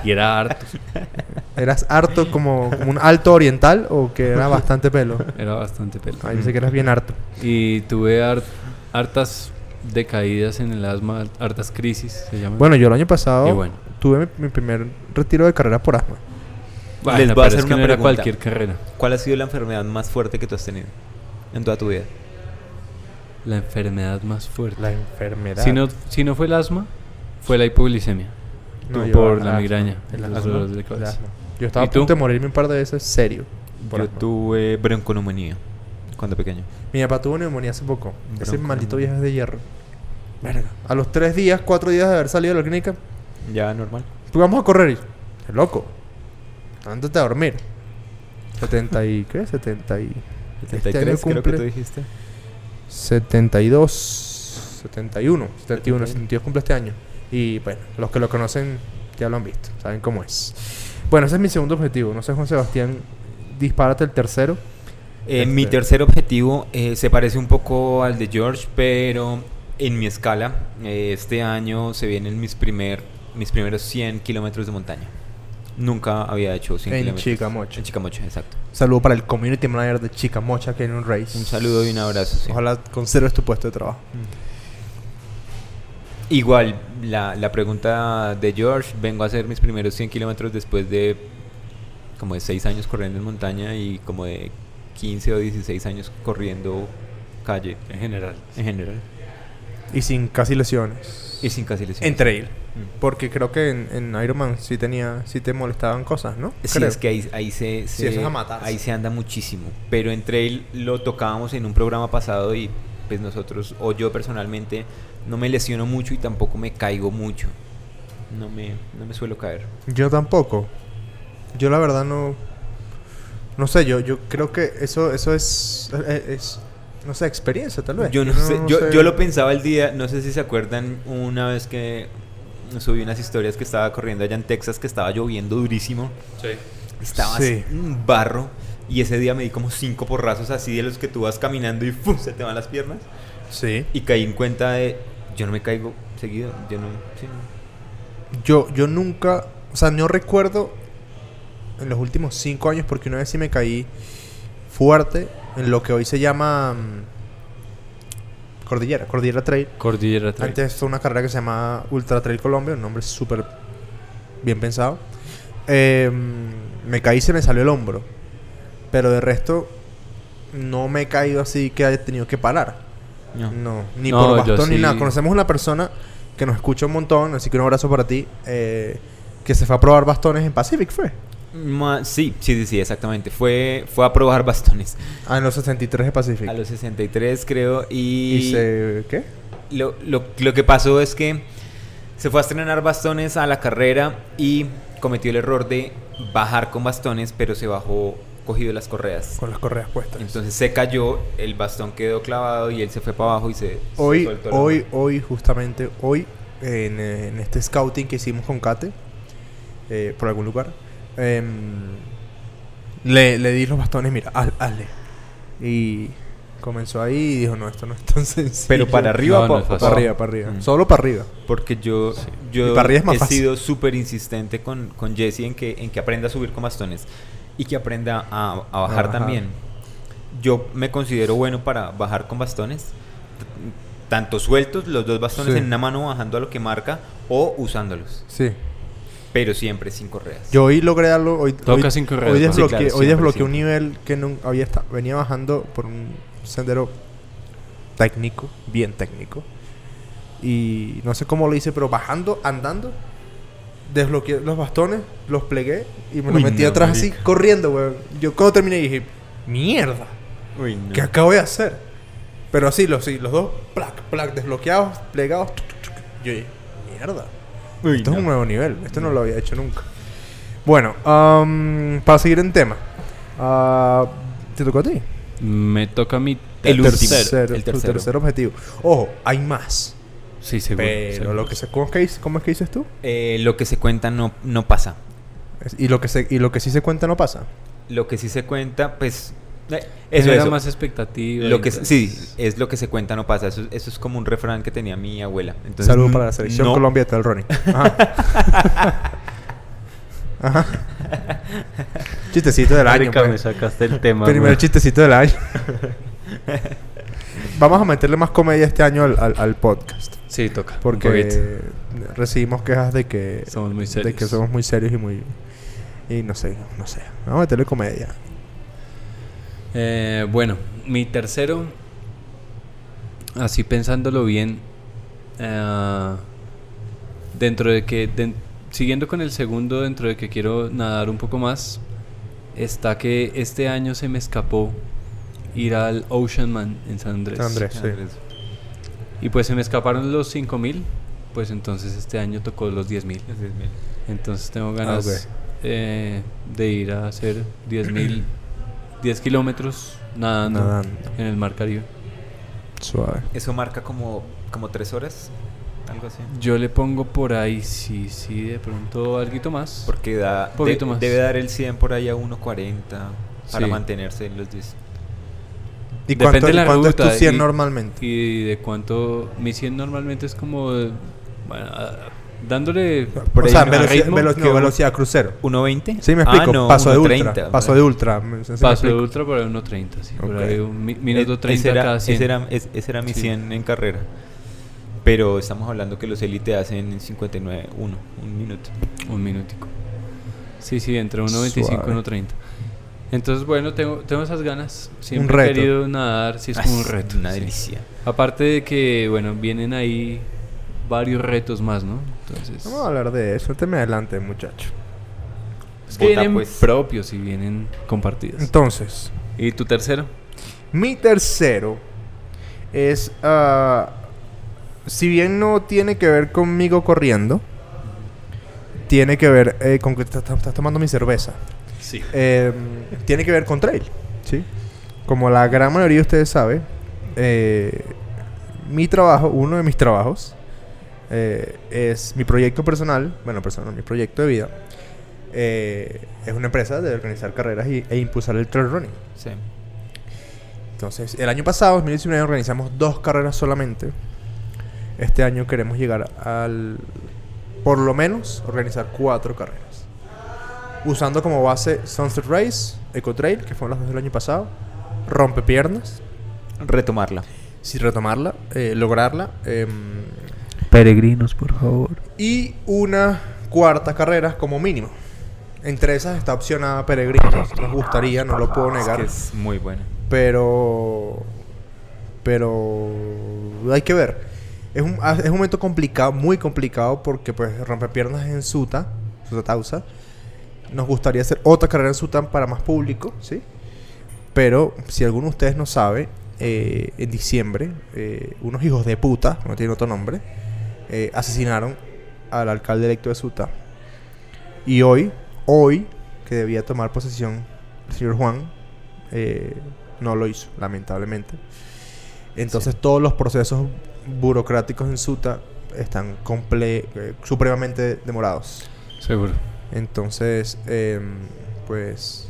Speaker 3: y era harto,
Speaker 1: ¿Eras harto como, como un alto oriental o que era bastante pelo?
Speaker 3: era bastante pelo.
Speaker 1: Ah, yo sé que eras
Speaker 3: Mm.
Speaker 1: bien harto.
Speaker 3: Y tuve har- hartas decaídas en el asma, hartas crisis, se llama.
Speaker 1: Bueno, yo el año pasado
Speaker 3: y bueno.
Speaker 1: tuve mi, mi primer retiro de carrera por asma.
Speaker 3: Bueno,
Speaker 2: Les voy a
Speaker 3: pero
Speaker 2: hacer
Speaker 3: es que
Speaker 2: una
Speaker 3: no era
Speaker 2: pregunta.
Speaker 3: cualquier carrera.
Speaker 2: ¿Cuál ha sido la enfermedad más fuerte que tú has tenido en toda tu vida?
Speaker 3: La enfermedad más fuerte.
Speaker 1: enfermedad.
Speaker 3: Si no, si no fue el asma, fue la hipoglicemia.
Speaker 1: No, yo-
Speaker 3: por la
Speaker 1: asma,
Speaker 3: migraña.
Speaker 1: el
Speaker 3: los
Speaker 1: asma,
Speaker 3: dolores de
Speaker 1: el
Speaker 3: cabeza.
Speaker 1: asma. Yo estaba
Speaker 3: ¿Y
Speaker 1: a punto
Speaker 3: tú?
Speaker 1: de morirme un par de veces, serio. por
Speaker 2: Yo
Speaker 1: asma.
Speaker 2: tuve bronconeumonía cuando pequeño.
Speaker 1: Mi papá tuvo neumonía hace poco. Ese
Speaker 2: Bronco.
Speaker 1: maldito viejo es de hierro. A los tres días, cuatro días de haber salido de la clínica,
Speaker 2: ¿Ya normal?
Speaker 1: tú vamos a correr. Y, loco, ándate a dormir. 70 y... ¿Qué? 70 y... Este
Speaker 2: 73
Speaker 1: año
Speaker 2: creo que tú
Speaker 1: cumple-
Speaker 2: dijiste.
Speaker 1: 72, 71, 71,
Speaker 2: 71.
Speaker 1: 72 cumple este año. Y bueno, los que lo conocen ya lo han visto, saben cómo es. Bueno, ese es mi segundo objetivo. No sé, Juan Sebastián, dispárate el tercero.
Speaker 2: Eh, mi
Speaker 1: Este.
Speaker 2: tercer objetivo eh, se parece un poco al de George, pero en mi escala, eh, este año se vienen mis, primer, mis primeros 100 kilómetros de montaña. Nunca había hecho 100
Speaker 1: En
Speaker 2: kilómetros.
Speaker 1: Chicamocha.
Speaker 2: En Chicamocha, exacto.
Speaker 1: Saludo para el community manager de Chicamocha que en un race.
Speaker 2: Un saludo y un abrazo. sí.
Speaker 1: Ojalá conserves tu puesto de trabajo.
Speaker 2: Igual, la, la pregunta de George, vengo a hacer mis primeros 100 kilómetros después de como de 6 años corriendo en montaña y como de 15 o 16 años corriendo calle
Speaker 3: En general.
Speaker 2: en general
Speaker 1: Y sin casi lesiones.
Speaker 2: Mm. y sin casi lesiones.
Speaker 1: En trail.
Speaker 2: Mm.
Speaker 1: Porque creo que en, en Ironman sí, tenía, sí te molestaban cosas, ¿no?
Speaker 2: Sí,
Speaker 1: Creo.
Speaker 2: es que ahí, ahí se,
Speaker 1: Sí,
Speaker 2: se-
Speaker 1: eso es a matarse.
Speaker 2: ahí se anda muchísimo. Pero en trail lo tocábamos en un programa pasado y pues nosotros, o yo personalmente, no me lesiono mucho y tampoco me caigo mucho. No me, no me suelo caer.
Speaker 1: Yo tampoco. Yo la verdad no. No sé, yo, yo creo que eso, eso es, es, es- No sé, experiencia tal vez.
Speaker 2: Yo no, sé, yo, yo lo pensaba el día, no sé si se acuerdan una vez que subí unas historias que estaba corriendo allá en Texas, que estaba lloviendo durísimo,
Speaker 3: Sí.
Speaker 2: estaba
Speaker 1: Sí.
Speaker 2: así, un barro, y ese día me di como cinco porrazos así de los que tú vas caminando y ¡fum! se te van las piernas,
Speaker 1: Sí.
Speaker 2: y caí en cuenta de, yo no me caigo seguido, yo no, sí, no.
Speaker 1: Yo, yo nunca. O sea, no recuerdo en los últimos cinco años, porque una vez sí me caí fuerte en lo que hoy se llama. mm, Cordillera, Cordillera Trail.
Speaker 3: Cordillera Trail.
Speaker 1: Antes fue una carrera que se llama Ultra Trail Colombia, un nombre súper bien pensado. Eh, me caí y se me salió el hombro. Pero de resto, no me he caído así que haya tenido que parar.
Speaker 2: No.
Speaker 1: No, ni
Speaker 3: No,
Speaker 1: por
Speaker 3: yo
Speaker 1: bastón ni
Speaker 3: sí.
Speaker 1: nada. Conocemos una persona que nos escucha un montón, así que un abrazo para ti. eh, que se fue a probar bastones en Pacific, fue.
Speaker 2: Ma- sí, sí, sí, sí, exactamente, fue, fue a probar bastones
Speaker 1: Ah, en los 63 de Pacific.
Speaker 2: a los 63 creo,
Speaker 1: Y, se. ¿Qué?
Speaker 2: Lo, lo- lo que pasó es que se fue a estrenar bastones a la carrera y cometió el error de bajar con bastones, pero se bajó cogido las correas.
Speaker 1: Con las correas puestas.
Speaker 2: Entonces se cayó, el bastón quedó clavado y él se fue para abajo y se, se
Speaker 1: Hoy,
Speaker 2: soltó la
Speaker 1: hoy,
Speaker 2: mano.
Speaker 1: hoy, justamente hoy, en, eh, en este scouting que hicimos con Kate, eh, por algún lugar, em, le, le di los bastones, mira, haz- hazle. Y comenzó ahí y dijo, no, esto no es tan sencillo.
Speaker 2: Pero para arriba,
Speaker 3: No,
Speaker 2: o
Speaker 3: no
Speaker 2: pa-
Speaker 3: es
Speaker 2: o
Speaker 3: fácil.
Speaker 1: Para arriba, para arriba.
Speaker 2: Mm.
Speaker 1: Solo para arriba.
Speaker 2: Porque yo, yo
Speaker 1: Y para arriba es más
Speaker 2: he
Speaker 1: fácil.
Speaker 2: sido súper insistente con, con Jesse en que, en que aprenda a subir con bastones. y que aprenda a, a bajar
Speaker 1: bajar.
Speaker 2: también. Yo me considero bueno para bajar con bastones, t- tanto sueltos, los dos bastones
Speaker 1: Sí.
Speaker 2: en una mano bajando a lo que marca o usándolos,
Speaker 1: Sí.
Speaker 2: pero siempre sin correas.
Speaker 1: Yo hoy logré darlo. Hoy,
Speaker 3: Toca
Speaker 1: hoy,
Speaker 3: sin correr,
Speaker 1: hoy
Speaker 3: ¿no?
Speaker 1: desbloqueé,
Speaker 2: Sí, claro,
Speaker 1: hoy
Speaker 2: siempre,
Speaker 1: desbloqueé un
Speaker 2: siempre.
Speaker 1: nivel que nunca había estado. Venía bajando por un sendero técnico, bien técnico. Y no sé cómo lo hice, pero bajando, andando, desbloqueé los bastones, los plegué y me los
Speaker 2: Uy,
Speaker 1: metí
Speaker 2: no,
Speaker 1: atrás así,
Speaker 2: marica.
Speaker 1: corriendo, weón. Yo cuando terminé dije, mierda,
Speaker 2: Uy, no.
Speaker 1: ¿qué acabo de hacer? Pero así, los, sí, los dos, plac, plac, desbloqueados, plegados. tuc, tuc, tuc. Yo dije, mierda.
Speaker 2: Uy,
Speaker 1: Esto es
Speaker 2: no.
Speaker 1: un nuevo nivel. Esto no lo había hecho nunca. Bueno, am, para seguir en tema. Ah, ¿Te tocó a ti?
Speaker 3: Me toca mi
Speaker 2: El último.
Speaker 1: Tercero,
Speaker 2: el
Speaker 1: tu
Speaker 2: tercero.
Speaker 1: tercer objetivo. Ojo, hay más.
Speaker 3: Sí, seguro.
Speaker 1: pero
Speaker 3: seguro.
Speaker 1: lo que se... ¿cómo es que, dices- cómo es que dices tú?
Speaker 2: Eh, lo que se cuenta no, no pasa.
Speaker 1: Es- Y lo, que se, y lo que sí se cuenta no pasa.
Speaker 2: Lo que sí se cuenta, pues... eh,
Speaker 3: eso
Speaker 2: eso
Speaker 3: era
Speaker 2: eso.
Speaker 3: más expectativa.
Speaker 2: Lo que,
Speaker 3: entonces-
Speaker 2: sí, es lo que se cuenta no pasa. Eso, eso es como un refrán que tenía mi abuela. Entonces, mm,
Speaker 1: Saludos para la selección
Speaker 2: no-
Speaker 1: Colombia del Ronnie. mm, Ajá. Ajá. Chistecito del año.
Speaker 4: Marica,
Speaker 1: pues.
Speaker 4: me sacaste el tema.
Speaker 1: Primer
Speaker 4: weón.
Speaker 1: chistecito del año. Vamos a meterle más comedia este año al- al- al podcast.
Speaker 3: Sí, toca. un poquito.
Speaker 1: Porque recibimos quejas de que,
Speaker 3: Somos muy
Speaker 1: de
Speaker 3: serios.
Speaker 1: que somos muy serios y muy. Y no sé, no sé. Vamos a meterle comedia.
Speaker 3: Eh, bueno, mi tercero, así pensándolo bien, ah, dentro de que, den- siguiendo con el segundo, dentro de que quiero nadar un poco más, está que este año se me escapó ir al Ocean Man en San Andrés.
Speaker 1: San Andrés. Sí.
Speaker 2: Andrés.
Speaker 3: Y pues se me escaparon los 5000, pues entonces este año tocó los 10000.
Speaker 2: Así es, mira.
Speaker 3: Entonces tengo ganas
Speaker 1: ok.
Speaker 3: eh, de ir a hacer 10.000, 10 kilómetros nadando,
Speaker 1: Nadando.
Speaker 3: en el Mar Caribe.
Speaker 1: Suave.
Speaker 2: Eso marca como, como tres horas, algo así.
Speaker 3: Yo le pongo por ahí, sí, sí, de pronto algo más.
Speaker 2: Porque da,
Speaker 3: Poquito
Speaker 2: de-
Speaker 3: más.
Speaker 2: debe dar el 100 por ahí a 1.40 para
Speaker 3: Sí.
Speaker 2: mantenerse en los 10.
Speaker 1: ¿Y
Speaker 3: Depende
Speaker 1: cuánto,
Speaker 3: de la
Speaker 1: cuánto es
Speaker 3: ruta
Speaker 1: tu 100
Speaker 3: y-
Speaker 1: normalmente?
Speaker 3: Y de cuánto, mi 100 normalmente es como, eh, bueno, ah, dándole
Speaker 1: o sea,
Speaker 3: a
Speaker 1: velocidad,
Speaker 3: ritmo
Speaker 1: velo-
Speaker 3: que
Speaker 1: no,
Speaker 3: un
Speaker 1: velocidad crucero.
Speaker 2: ¿1.20?
Speaker 1: Sí, me explico.
Speaker 2: Ah, no,
Speaker 1: paso de
Speaker 2: 1.30,
Speaker 1: ultra. Paso de ultra. me- sí me
Speaker 3: paso de
Speaker 1: explico.
Speaker 3: ultra para 1.30, sí, por
Speaker 1: Ok. E-
Speaker 3: ahí un mi-
Speaker 2: Eh,
Speaker 3: minuto 30
Speaker 2: ese era,
Speaker 3: cada 100.
Speaker 2: Ese era, es- ese era mi
Speaker 3: Sí.
Speaker 2: 100 en carrera. Pero estamos hablando que los élite hacen en 59, 1, un minuto.
Speaker 3: Un minutico. Sí, sí, entre 1.25 y
Speaker 1: Suave.
Speaker 3: 1.30. Entonces, bueno, tengo, tengo esas ganas. Siempre he
Speaker 1: reto.
Speaker 3: querido nadar, sí, es como un
Speaker 2: Ah,
Speaker 3: reto.
Speaker 2: Una
Speaker 3: sí.
Speaker 2: delicia.
Speaker 3: Aparte de que, bueno, vienen ahí varios retos más, ¿no? Entonces,
Speaker 1: Vamos a hablar de eso. Te me adelante, muchacho.
Speaker 3: es que
Speaker 2: Bota,
Speaker 3: vienen
Speaker 2: pues.
Speaker 3: propios y vienen compartidos.
Speaker 1: Entonces,
Speaker 3: ¿Y tu tercero?
Speaker 1: Mi tercero es, ah, si bien no tiene que ver conmigo corriendo, tiene que ver eh, con que estás estás tomando mi cerveza.
Speaker 3: Sí.
Speaker 1: Eh, tiene que ver con trail, ¿sí? Como la gran mayoría de ustedes sabe, eh, mi trabajo, uno de mis trabajos, eh, es mi proyecto personal, bueno, personal, mi proyecto de vida, eh, es una empresa de organizar carreras y- e impulsar el trail running.
Speaker 2: Sí.
Speaker 1: Entonces, el año pasado, 2019, organizamos dos carreras solamente. Este año queremos llegar al. Por lo menos, organizar cuatro carreras. Usando como base Sunset Race, Eco Trail, que fueron las dos del año pasado, Rompepiernas,
Speaker 2: Retomarla.
Speaker 1: si retomarla, eh, lograrla. em,
Speaker 4: Peregrinos, por favor.
Speaker 1: y una cuarta carrera como mínimo. Entre esas está opcionada Peregrinos. Nos gustaría, no lo puedo
Speaker 2: Es
Speaker 1: negar.
Speaker 2: que es muy buena.
Speaker 1: Pero. Pero. Hay que ver. Es un, ah, es un momento complicado, muy complicado, porque pues rompepiernas es en Suta, Suta Tausa. Nos gustaría hacer otra carrera en Suta para más público, ¿sí? Pero si alguno de ustedes no sabe, eh, en diciembre, eh, unos hijos de puta, no tiene otro nombre, eh, asesinaron al alcalde electo de Suta. Y hoy, hoy, que debía tomar posesión el señor Juan, eh, no lo hizo, lamentablemente. Entonces todos los procesos burocráticos en Suta están comple eh, supremamente demorados.
Speaker 3: Seguro.
Speaker 1: Entonces, em, pues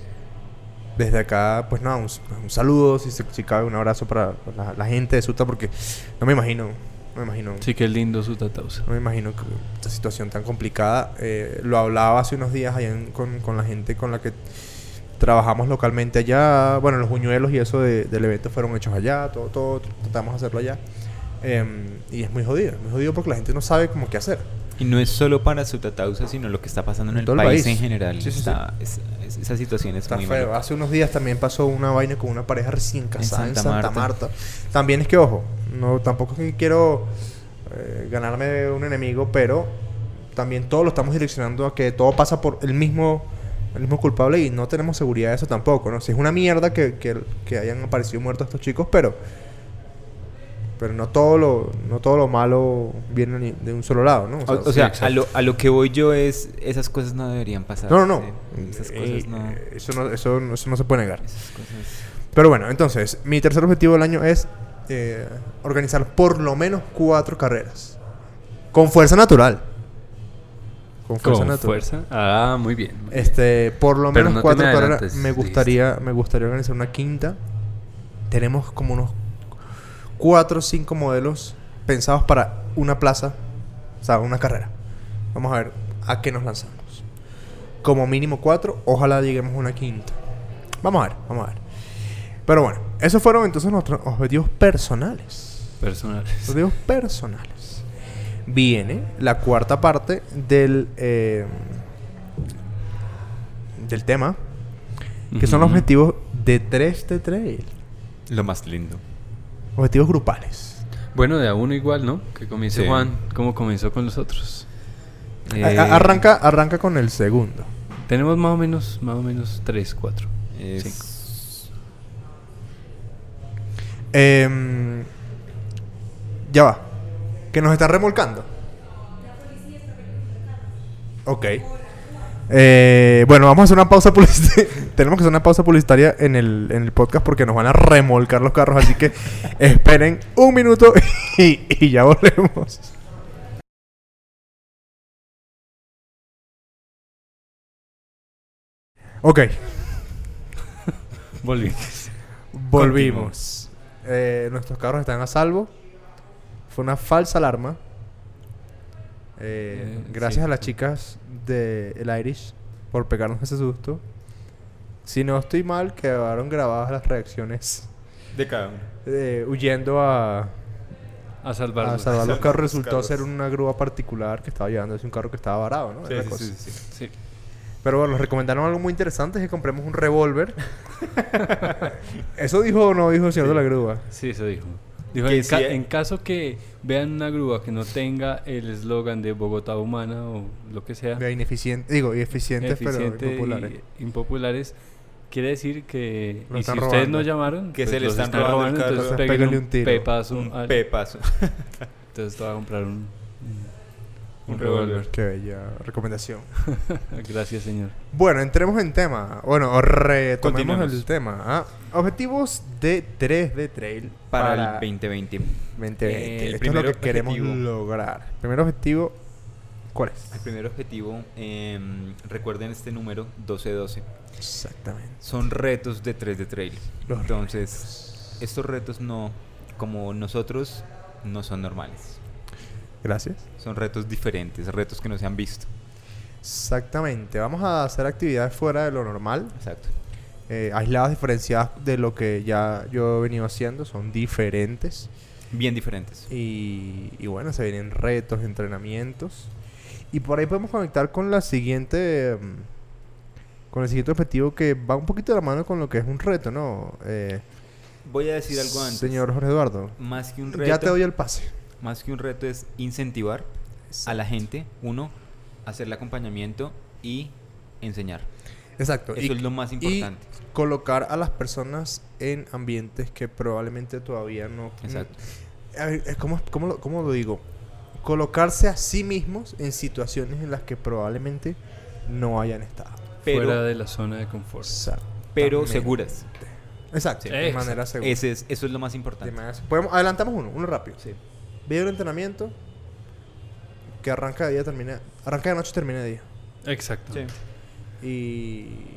Speaker 1: desde acá, pues nada, un, s- un saludo, si, se- si cabe, un abrazo para la, la gente de Suta, porque no me imagino, no me imagino
Speaker 3: Sí, qué lindo su tatausa.
Speaker 1: no me imagino que esta situación tan complicada. eh, lo hablaba hace unos días allá en- con, con la gente con la que Trabajamos localmente allá. Bueno, los buñuelos y eso de- del evento fueron hechos allá. Todo, todo, tratamos de hacerlo allá. Em, y es muy jodido, es muy jodido porque la gente no sabe cómo qué hacer.
Speaker 2: Y no es solo para Sutatausa, sino lo que está pasando en,
Speaker 1: En
Speaker 2: el
Speaker 1: todo el
Speaker 2: país,
Speaker 1: país.
Speaker 2: en general.
Speaker 1: Sí, sí, sí.
Speaker 2: Está- es- es- esa situación es
Speaker 1: Está
Speaker 2: muy
Speaker 1: feo. ah,
Speaker 2: maluca.
Speaker 1: Hace unos días también pasó una vaina con una pareja recién casada en
Speaker 2: Santa
Speaker 1: Santa, Marta.
Speaker 2: Marta.
Speaker 1: También es que, ojo, no tampoco es que quiero eh, ganarme un enemigo, pero también todo lo estamos direccionando a que todo pasa por el mismo el mismo culpable y no tenemos seguridad de eso tampoco, ¿no? Si es una mierda que, que- que hayan aparecido muertos estos chicos, pero pero no todo lo no todo lo malo viene ni- de un solo lado, ¿no? O
Speaker 2: O, o
Speaker 1: sí,
Speaker 2: sea,
Speaker 1: exacto.
Speaker 2: a, lo, a lo que voy yo es, esas cosas no deberían pasar.
Speaker 1: no, no, no.
Speaker 2: sí. Esas
Speaker 1: Eh,
Speaker 2: cosas no.
Speaker 1: Eso no, eso no- eso no se puede negar.
Speaker 2: Esas cosas.
Speaker 1: Pero bueno, entonces, mi tercer objetivo del año es eh, organizar por lo menos cuatro carreras. Con fuerza natural. Con
Speaker 3: Con
Speaker 1: fuerza natural.
Speaker 3: fuerza. Ah, muy bien. muy bien.
Speaker 1: Este, por lo
Speaker 4: Pero
Speaker 1: menos
Speaker 4: no te
Speaker 1: cuatro
Speaker 4: me
Speaker 1: carreras.
Speaker 4: adelantes,
Speaker 1: Me gustaría, me gustaría organizar una quinta. Tenemos como unos cuatro o cinco modelos pensados para una plaza, o sea, una carrera. Vamos a ver a qué nos lanzamos. Como mínimo cuatro, ojalá lleguemos a una quinta. Vamos a ver, vamos a ver. Pero bueno, esos fueron entonces nuestros objetivos personales.
Speaker 3: Personales.
Speaker 1: Objetivos personales. Viene la cuarta parte del, eh, del tema, que son los
Speaker 3: Ujú.
Speaker 1: objetivos de 3 de trail.
Speaker 2: Lo más lindo.
Speaker 1: Objetivos grupales.
Speaker 3: Bueno, de a uno igual, ¿no? Que comience
Speaker 2: Sí.
Speaker 3: Juan, como comenzó con los otros.
Speaker 1: A- a-
Speaker 2: Eh,
Speaker 1: arranca, arranca con el segundo.
Speaker 3: Tenemos más o menos, más o menos tres, cuatro.
Speaker 2: es-
Speaker 3: cinco.
Speaker 1: Em, ya va. Que nos está remolcando. Ok. Eh, bueno, vamos a hacer una pausa publicitaria. Tenemos que hacer una pausa publicitaria en el, en el podcast porque nos van a remolcar los carros. Así que esperen un minuto y, y ya volvemos. Ok,
Speaker 3: Volví.
Speaker 1: volvimos. Eh, nuestros carros están a salvo. Fue una falsa alarma. Eh,
Speaker 3: Eh,
Speaker 1: gracias
Speaker 3: sí.
Speaker 1: a las chicas de El Irish por pegarnos ese susto. Si no estoy mal, quedaron grabadas las reacciones
Speaker 2: De cada uno.
Speaker 1: eh, huyendo a,
Speaker 3: A
Speaker 1: a
Speaker 3: salvarlos.
Speaker 1: salvar los
Speaker 2: Salvar
Speaker 1: carros.
Speaker 2: los
Speaker 1: Resultó
Speaker 2: carros.
Speaker 1: ser una grúa particular que estaba llevando. Es un carro que estaba varado, ¿no?
Speaker 2: Sí,
Speaker 1: Era
Speaker 2: sí,
Speaker 1: cosa.
Speaker 2: sí, sí, sí.
Speaker 3: Sí.
Speaker 1: Pero bueno, nos recomendaron algo muy interesante: es que compremos un revólver. ¿Eso dijo o no dijo el señor de la grúa?
Speaker 3: Sí, eso dijo. Dijo,
Speaker 2: Que
Speaker 3: en, ca-
Speaker 2: si-
Speaker 3: en caso que vean una grúa que no tenga el eslogan de Bogotá Humana o lo que sea,
Speaker 1: De ineficiente, digo, y eficientes,
Speaker 3: eficiente
Speaker 1: pero
Speaker 3: y
Speaker 1: impopulares.
Speaker 2: ¿eh?
Speaker 3: impopulares, quiere decir que...
Speaker 1: Lo
Speaker 3: y si
Speaker 1: están
Speaker 3: ustedes
Speaker 1: robando.
Speaker 3: no llamaron, pues
Speaker 2: Que se le
Speaker 3: los
Speaker 2: están robando el carro.
Speaker 3: entonces
Speaker 1: Entonces
Speaker 3: péguen
Speaker 1: péguenle
Speaker 3: un,
Speaker 1: un tiro.
Speaker 3: pepazo
Speaker 2: Un
Speaker 3: al-
Speaker 2: pepazo.
Speaker 3: Entonces te voy a comprar un... Un,
Speaker 2: Un
Speaker 3: revólver.
Speaker 1: Qué bella recomendación.
Speaker 3: Gracias, señor.
Speaker 1: Bueno, entremos en tema. Bueno, o retomemos
Speaker 2: Continuemos.
Speaker 1: el tema. ah. Objetivos de 3 de trail
Speaker 2: Para, el 2020.
Speaker 1: 2020.
Speaker 2: Eh, el
Speaker 1: Esto es lo
Speaker 2: primer
Speaker 1: que queremos
Speaker 2: objetivo.
Speaker 1: lograr. Primer objetivo, ¿cuál es?
Speaker 2: El primer objetivo, em, recuerden este número 1212.
Speaker 1: Exactamente.
Speaker 2: Son retos de 3 de trail.
Speaker 1: Los
Speaker 2: Entonces, estos retos no, como nosotros, no son normales.
Speaker 1: Gracias.
Speaker 2: Son retos diferentes, retos que no se han visto.
Speaker 1: Exactamente. Vamos a hacer actividades fuera de lo normal.
Speaker 2: Exacto.
Speaker 1: eh, aisladas, diferenciadas de lo que ya yo he venido haciendo. Son diferentes.
Speaker 2: Bien diferentes.
Speaker 1: Eh, Y, y bueno, se vienen retos, entrenamientos. Y por ahí podemos conectar con la siguiente. mm, Con el siguiente objetivo que va un poquito de la mano con lo que es un reto, ¿no? Eh,
Speaker 2: Voy a decir algo antes.
Speaker 1: Señor Jorge Eduardo.
Speaker 2: Más que un reto.
Speaker 1: Ya te doy el pase.
Speaker 2: Más que un reto es incentivar a la gente, uno, hacer el acompañamiento y enseñar.
Speaker 1: Exacto.
Speaker 2: Eso es lo más importante.
Speaker 1: mm, colocar a las personas en ambientes que probablemente todavía no.
Speaker 2: Exacto.
Speaker 1: A ver, eh, ¿cómo, cómo lo, cómo lo digo? Colocarse a sí mismos en situaciones en las que probablemente no hayan estado.
Speaker 2: Pero,
Speaker 3: Fuera de la zona de confort.
Speaker 2: pero
Speaker 1: Exactamente.
Speaker 2: seguras.
Speaker 1: Exacto,
Speaker 3: Sí.
Speaker 1: de
Speaker 3: Exacto.
Speaker 1: manera segura.
Speaker 2: Ese es, eso es lo más
Speaker 1: De
Speaker 2: importante.
Speaker 1: manera se- podemos, adelantamos uno, uno rápido.
Speaker 2: Sí.
Speaker 1: Video de entrenamiento que arranca de día, termina. Arranca de noche, termina de día.
Speaker 3: Exacto.
Speaker 2: Sí.
Speaker 1: Y.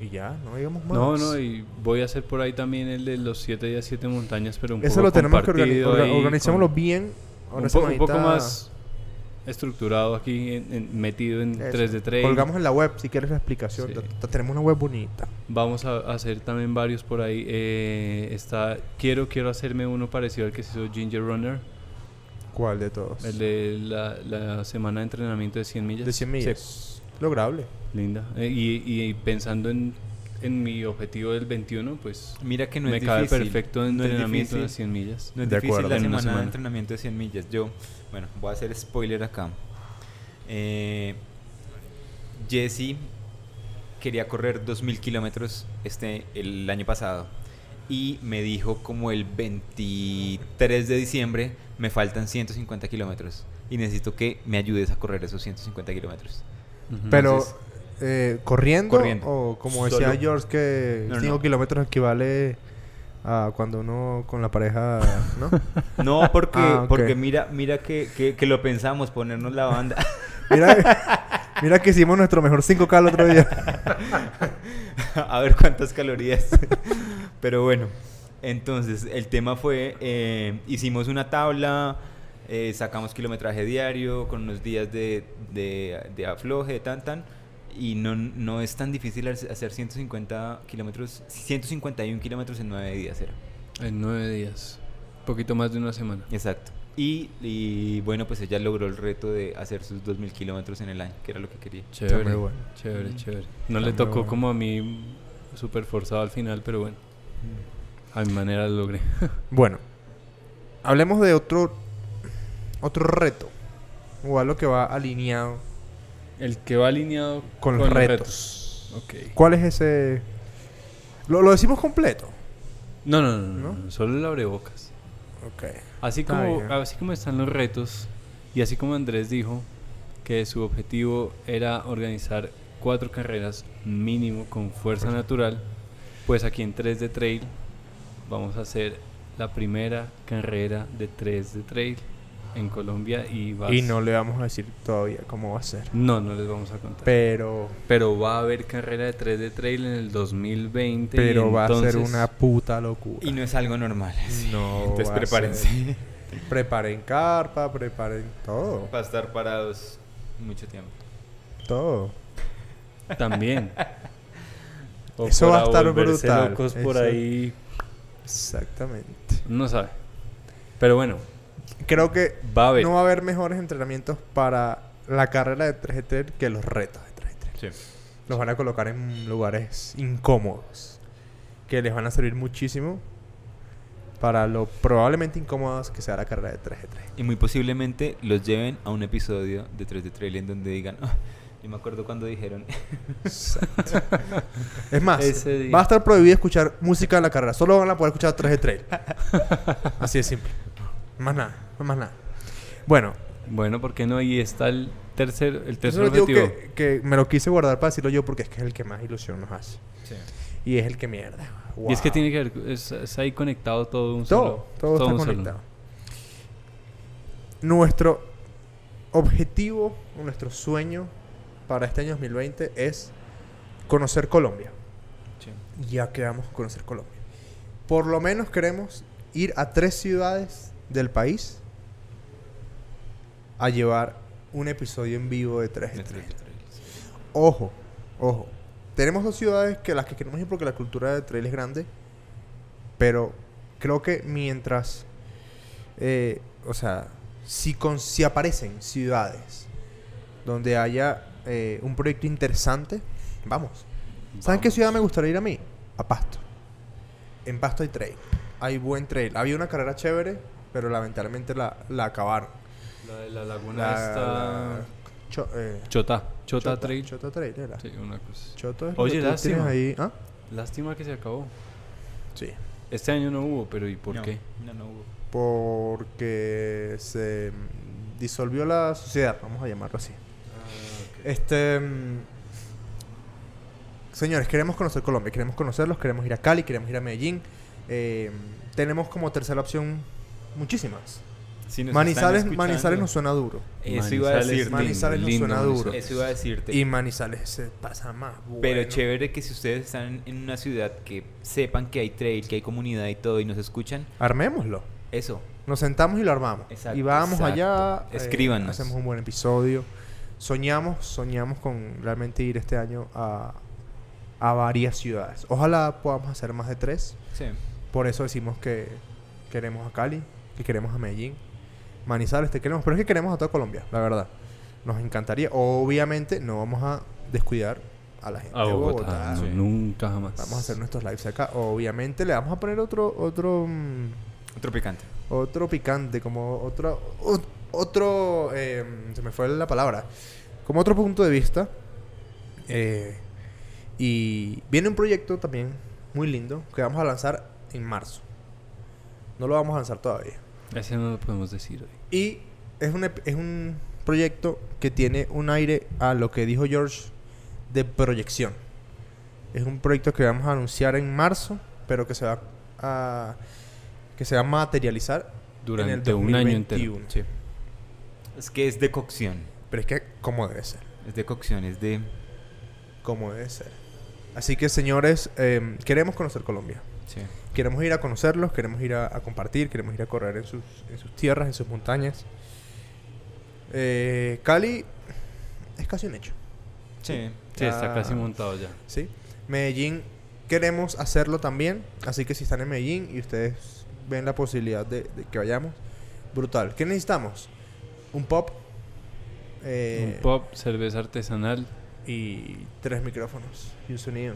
Speaker 1: Y ya, no digamos más.
Speaker 3: No, no, y voy a hacer por ahí también el de los 7 días, 7 montañas, pero un
Speaker 1: Eso
Speaker 3: poco
Speaker 1: lo tenemos que organizar.
Speaker 3: compartido ahí con-
Speaker 1: Organizémoslo bien.
Speaker 3: Un,
Speaker 1: Ahora
Speaker 3: po- un
Speaker 1: semanita-
Speaker 3: poco más estructurado aquí, en- en- metido en
Speaker 1: Eso.
Speaker 3: 3D Trade.
Speaker 1: Colgamos en la web si quieres la explicación.
Speaker 3: Sí.
Speaker 1: Ta- ta- Tenemos una web bonita.
Speaker 3: Vamos a hacer también varios por ahí. eh, está, quiero, quiero hacerme uno parecido al que se hizo Ginger Runner,
Speaker 1: ¿Cuál de todos?
Speaker 3: el de la, la semana de entrenamiento de 100 millas.
Speaker 1: de 100 millas. Lograble.
Speaker 3: Linda. Eh, y, y pensando en, en mi objetivo del 21, pues
Speaker 2: Mira que no
Speaker 3: me
Speaker 2: es
Speaker 3: cabe
Speaker 2: difícil.
Speaker 3: perfecto
Speaker 2: no es
Speaker 3: entrenamiento de
Speaker 2: difícil.
Speaker 3: 100 millas.
Speaker 2: No es
Speaker 1: De
Speaker 2: difícil
Speaker 1: acuerdo.
Speaker 2: la
Speaker 3: En
Speaker 2: semana,
Speaker 3: una
Speaker 2: de
Speaker 3: semana.
Speaker 2: entrenamiento de 100 millas. Yo, bueno, voy a hacer spoiler acá. Eh, Jesse quería correr 2.000 kilómetros este, el año pasado y me dijo como el 23 de diciembre me faltan 150 kilómetros y necesito que me ayudes a correr esos 150 kilómetros.
Speaker 3: Ujú.
Speaker 1: Pero,
Speaker 2: Entonces-
Speaker 1: eh, ¿corriendo,
Speaker 2: Corriendo.
Speaker 1: O como
Speaker 2: Solo.
Speaker 1: decía George, que
Speaker 2: No,
Speaker 1: 5
Speaker 2: no.
Speaker 1: kilómetros equivale a cuando uno con la pareja. ¿No?
Speaker 2: No, porque,
Speaker 1: Ah, ok.
Speaker 2: porque mira, mira que, que- que lo pensamos, ponernos la banda.
Speaker 1: Mira, mira que hicimos nuestro mejor 5K el otro día.
Speaker 2: a ver cuántas calorías. Pero bueno, entonces el tema fue, eh, hicimos una tabla, eh, sacamos kilometraje diario con unos días de, de, de afloje, tan, tan. Y no, no es tan difícil hacer hacer 150 kilómetros, 151 kilómetros en 9 días era.
Speaker 3: En nueve días. Poquito más de una semana.
Speaker 2: Exacto. Y, y bueno, pues ella logró el reto de hacer sus 2.000 kilómetros en el año, que era lo que quería.
Speaker 1: Está
Speaker 3: Chévere.
Speaker 1: muy bueno.
Speaker 3: Chévere,
Speaker 2: Mm.
Speaker 3: chévere. No
Speaker 1: Está
Speaker 3: le
Speaker 1: muy
Speaker 3: tocó
Speaker 1: bueno.
Speaker 3: como a mí súper forzado al final, pero bueno.
Speaker 1: Mm.
Speaker 3: A mi manera lo logré.
Speaker 1: Bueno, hablemos de otro otro reto. O algo que va alineado.
Speaker 3: El que va alineado
Speaker 1: Con los retos.
Speaker 3: retos. Ok.
Speaker 1: ¿Cuál es ese? Lo, lo decimos completo.
Speaker 3: No, no, no, no,
Speaker 1: ¿No?
Speaker 3: no, Solo el abrebocas.
Speaker 1: Ok.
Speaker 3: Así
Speaker 1: Está
Speaker 3: como,
Speaker 1: bien.
Speaker 3: así como están los retos, y así como Andrés dijo que su objetivo era organizar cuatro carreras mínimo con fuerza natural, pues aquí en 3 de Trail vamos a hacer la primera carrera de 3 de Trail en Colombia y va
Speaker 1: Y no le vamos a decir todavía cómo va a ser.
Speaker 3: No, no les vamos a contar.
Speaker 1: Pero,
Speaker 3: pero va a haber carrera de 3 de Trail en el 2020. y
Speaker 1: pero va a ser
Speaker 3: entonces-
Speaker 1: una puta locura.
Speaker 2: Y no es algo normal. sí.
Speaker 1: No
Speaker 2: Entonces
Speaker 1: va a
Speaker 2: prepárense.
Speaker 1: Preparen carpa, preparen todo.
Speaker 2: Para estar parados mucho tiempo.
Speaker 1: Todo.
Speaker 3: También. O
Speaker 1: Eso va a
Speaker 3: para
Speaker 1: estar
Speaker 3: volverse
Speaker 1: brutal.
Speaker 3: locos por
Speaker 1: Eso-
Speaker 3: ahí
Speaker 1: Exactamente.
Speaker 3: No sabe. Pero bueno,
Speaker 1: Creo que
Speaker 3: va a haber.
Speaker 1: no va a haber mejores entrenamientos para la carrera de 3 3 que los retos de 3 3
Speaker 2: Sí.
Speaker 1: Los van a colocar en lugares incómodos. Que les van a servir muchísimo para lo probablemente incómodos que sea la carrera de 3 3
Speaker 2: Y muy posiblemente los lleven a un episodio de 3D Trail en donde digan, "Ah, yo me acuerdo cuando dijeron,
Speaker 1: Es más,
Speaker 3: Ese día.
Speaker 1: va a estar prohibido escuchar música en la carrera. Solo van a poder escuchar traje trail. Así de simple. Más nada, no más nada. Bueno,
Speaker 3: Bueno, ¿por qué no? Y está el tercer, el
Speaker 1: eso
Speaker 3: tercer
Speaker 1: lo digo
Speaker 3: objetivo.
Speaker 1: que, que me lo quise guardar para decirlo yo porque es que es el que más ilusión nos hace. Y es el que mierda.
Speaker 3: Y es que
Speaker 1: Wow.
Speaker 3: tiene que ver, es, es ahí conectado todo un
Speaker 1: Todo,
Speaker 3: solo.
Speaker 1: todo, está
Speaker 3: un solo.
Speaker 1: conectado. Nuestro objetivo, nuestro sueño para este año 2020 es conocer Colombia. Ya que vamos a conocer Colombia. Por lo menos queremos ir a tres ciudades del país a llevar un episodio en vivo de 3
Speaker 2: De
Speaker 1: en
Speaker 2: 3D
Speaker 1: 3.
Speaker 2: Trail, sí.
Speaker 1: Ojo, ojo. Tenemos dos ciudades que las que queremos ir porque la cultura de trail es grande. Pero creo que mientras. eh, o sea, si, con, si aparecen ciudades donde haya eh, un proyecto interesante, vamos. ¿Saben qué ciudad me gustaría ir a mí? A Pasto. En Pasto hay trail. Hay buen trail. Había una carrera chévere, pero lamentablemente la, la acabaron.
Speaker 3: La de la laguna
Speaker 1: La-
Speaker 3: está...
Speaker 1: la- Cho- eh,
Speaker 3: Chota. Chota, Trail.
Speaker 1: Chota Trail era.
Speaker 3: Sí, una cosa.
Speaker 1: Choto es
Speaker 3: Oye,
Speaker 1: lo que tú tienes
Speaker 3: lástima.
Speaker 1: ahí. ¿Ah?
Speaker 3: Lástima que se acabó.
Speaker 1: Sí.
Speaker 3: Este año no hubo, pero ¿y por
Speaker 2: No,
Speaker 3: qué?
Speaker 2: No, no hubo.
Speaker 1: Porque se mm, disolvió la sociedad, vamos a llamarlo así.
Speaker 2: Ah,
Speaker 1: Este. mm, Señores, queremos conocer Colombia, queremos conocerlos, queremos ir a Cali, queremos ir a Medellín. Eh, tenemos como tercera opción muchísimas.
Speaker 2: Si nos
Speaker 1: Manizales,
Speaker 2: están
Speaker 1: Manizales nos suena
Speaker 2: escuchando,
Speaker 1: duro.
Speaker 2: Eso iba a
Speaker 3: Manizales,
Speaker 2: decirte.
Speaker 1: Manizales nos
Speaker 3: lindo,
Speaker 1: suena
Speaker 3: Manizales.
Speaker 1: duro.
Speaker 2: Eso iba a decirte.
Speaker 1: Y Manizales se pasa más.
Speaker 2: Pero
Speaker 1: bueno.
Speaker 2: chévere que si ustedes están en una ciudad que sepan que hay trail, que hay comunidad y todo y nos escuchan,
Speaker 1: Armémoslo.
Speaker 2: eso.
Speaker 1: Nos sentamos y lo armamos.
Speaker 2: Exacto,
Speaker 1: y vamos
Speaker 2: exacto.
Speaker 1: allá. eh,
Speaker 2: Escríbanos.
Speaker 1: hacemos un buen episodio. Soñamos, soñamos con realmente ir este año a, a varias ciudades. Ojalá podamos hacer más de tres.
Speaker 2: Sí.
Speaker 1: Por eso decimos que queremos a Cali, que queremos a Medellín, Manizales te queremos, pero es que queremos a toda Colombia, la verdad. Nos encantaría. Obviamente no vamos a descuidar a la gente
Speaker 3: A
Speaker 1: de
Speaker 3: Bogotá, Ah,
Speaker 1: Bogotá.
Speaker 3: no, nunca jamás.
Speaker 1: Vamos a hacer nuestros lives acá. Obviamente le vamos a poner otro otro mm,
Speaker 2: Otro picante.
Speaker 1: otro picante, como otro o- otro eh, se me fue la palabra, como otro punto de vista. Eh, y viene un proyecto también muy lindo que vamos a lanzar en marzo. No lo vamos a lanzar todavía.
Speaker 3: Ese no lo podemos decir hoy.
Speaker 1: Y es un, ep- es un proyecto que tiene un aire a lo que dijo George de proyección. Es un proyecto que vamos a anunciar en marzo, pero que se va a que se va a materializar en el
Speaker 3: Durante un año
Speaker 1: 2021.
Speaker 3: entero. Sí.
Speaker 2: Es que es de cocción.
Speaker 1: Pero es que como debe ser,
Speaker 2: Es de cocción, es de.
Speaker 1: como debe ser. Así que señores, em, queremos conocer Colombia.
Speaker 2: Sí.
Speaker 1: Queremos ir a conocerlos, queremos ir a, a compartir, queremos ir a correr en sus, en sus tierras, en sus montañas. Eh, Cali es casi un hecho.
Speaker 2: Sí.
Speaker 3: Sí, está
Speaker 1: Ah.
Speaker 3: casi montado ya.
Speaker 1: ¿sí? Medellín queremos hacerlo también, así que si están en Medellín y ustedes ven la posibilidad de, de que vayamos, brutal. ¿Qué necesitamos? Un pop, eh,
Speaker 3: Un pop, cerveza artesanal.
Speaker 1: y tres micrófonos y un sonido.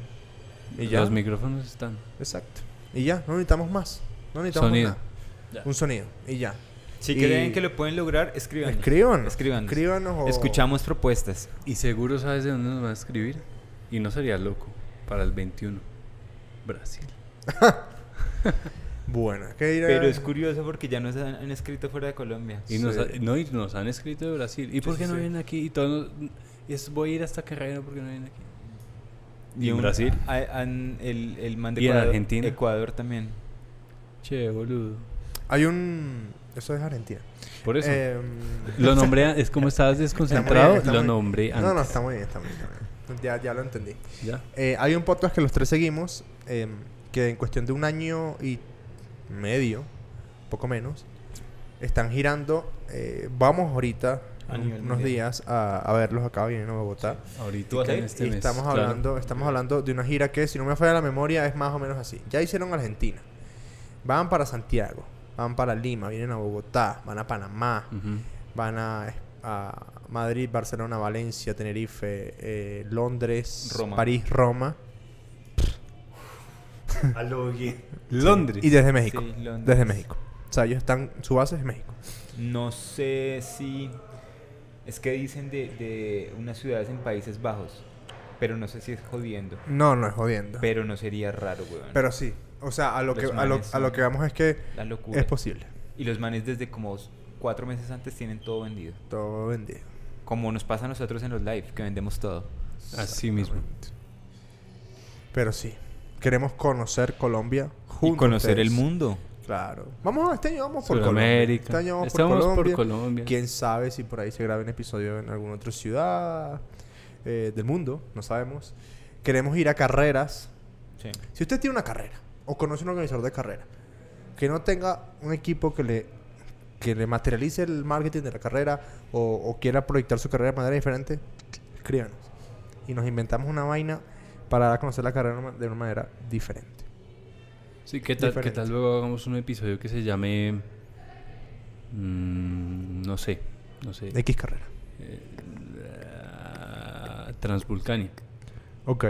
Speaker 3: ¿Y
Speaker 1: ¿Y ya?
Speaker 3: Los micrófonos están.
Speaker 1: Exacto. Y ya, no necesitamos más. No necesitamos
Speaker 3: Sonido.
Speaker 1: nada. Un sonido y ya.
Speaker 2: Si
Speaker 1: Y-
Speaker 2: creen que lo pueden lograr, escriban.
Speaker 1: Escriban.
Speaker 2: Escriban.
Speaker 1: Escríbanos o-
Speaker 2: Escuchamos propuestas.
Speaker 3: Y seguro sabes de dónde nos van a escribir. Y no sería loco. Para el 21. Brasil.
Speaker 1: Bueno, ¿qué dirá?
Speaker 2: Pero es curioso porque ya nos han, han escrito fuera de Colombia.
Speaker 3: Y nos,
Speaker 1: Sí.
Speaker 3: ha- no, y nos han escrito de Brasil. ¿Y por
Speaker 1: sí,
Speaker 3: qué no
Speaker 1: sí.
Speaker 3: vienen aquí? Y todos nos- y es, voy a ir hasta Carrera porque no vienen aquí.
Speaker 2: Y
Speaker 3: en
Speaker 2: un-
Speaker 3: Brasil?
Speaker 2: a- an- el, el man de
Speaker 3: ¿Y en
Speaker 2: Ecuador,
Speaker 3: Argentina?
Speaker 2: Ecuador también.
Speaker 3: Che, boludo.
Speaker 1: Hay un... Eso es Argentina.
Speaker 3: Por eso.
Speaker 1: Em,
Speaker 3: lo nombré, a- es como estabas
Speaker 1: está muy
Speaker 3: desconcentrado,
Speaker 1: bien, está
Speaker 3: lo
Speaker 1: muy-
Speaker 3: nombré antes.
Speaker 1: No, no, está muy bien, está muy bien. está muy bien. Ya, ya lo entendí.
Speaker 3: ¿Ya?
Speaker 1: Eh, hay un podcast que los tres seguimos, em, que en cuestión de un año y medio, poco menos, están girando. eh, vamos ahorita,
Speaker 2: A
Speaker 1: un-
Speaker 2: nivel
Speaker 1: unos
Speaker 2: mundial.
Speaker 1: días, a, a verlos acá, vienen a Bogotá.
Speaker 3: Ahorita
Speaker 2: ¿Tú vas a
Speaker 3: en
Speaker 2: ir?
Speaker 3: este
Speaker 1: y
Speaker 3: mes,
Speaker 1: estamos,
Speaker 3: claro.
Speaker 1: hablando, estamos hablando de una gira que, si no me falla la memoria, es más o menos así. Ya hicieron Argentina. Van para Santiago, van para Lima, vienen a Bogotá, van a Panamá,
Speaker 3: Ujú.
Speaker 1: van a, a Madrid, Barcelona, Valencia, Tenerife, eh, Londres,
Speaker 2: Roma.
Speaker 1: París, Roma.
Speaker 2: A
Speaker 3: Londres.
Speaker 1: Y desde México.
Speaker 2: Sí, Londres.
Speaker 1: desde México. O sea, ellos están, su base es México.
Speaker 2: No sé si. Es que dicen de, de unas ciudades en Países Bajos. Pero no sé si es jodiendo.
Speaker 1: No, no es jodiendo. Pero,
Speaker 2: Pero no sería raro, weón.
Speaker 1: sí. O sea, a lo,
Speaker 2: Los
Speaker 1: que, a, lo,
Speaker 2: manes
Speaker 1: a lo
Speaker 2: son
Speaker 1: que vamos es que
Speaker 2: La locura.
Speaker 1: es posible.
Speaker 2: Y los manes desde como cuatro meses antes tienen todo vendido.
Speaker 1: Todo vendido.
Speaker 2: Como nos pasa a nosotros en los live, que vendemos todo.
Speaker 3: Así mismo.
Speaker 1: Pero sí. Queremos conocer Colombia juntos. pues.
Speaker 2: y conocer
Speaker 1: ustedes.
Speaker 2: el mundo.
Speaker 1: Claro. Vamos, este año vamos por Colombia.
Speaker 3: Sudamérica.
Speaker 1: Este año vamos por
Speaker 3: Estamos por
Speaker 1: Colombia.
Speaker 3: Colombia.
Speaker 1: Quién sabe si por ahí se graba un episodio en alguna otra ciudad eh, del mundo. No sabemos. Queremos ir a carreras.
Speaker 2: Sí.
Speaker 1: Si usted tiene una carrera o conoce un organizador de carrera que no tenga un equipo que le, que le materialice el marketing de la carrera o, o quiera proyectar su carrera de manera diferente, escríbanos. Y nos inventamos una vaina para dar a conocer la carrera de una ma- de una manera diferente.
Speaker 3: Sí, ¿qué tal, ¿qué
Speaker 1: Diferente.
Speaker 3: tal luego hagamos un episodio que se llame... mm, no sé, no sé.
Speaker 1: X carrera.
Speaker 3: eh, la- Transvulcania.
Speaker 1: Ok.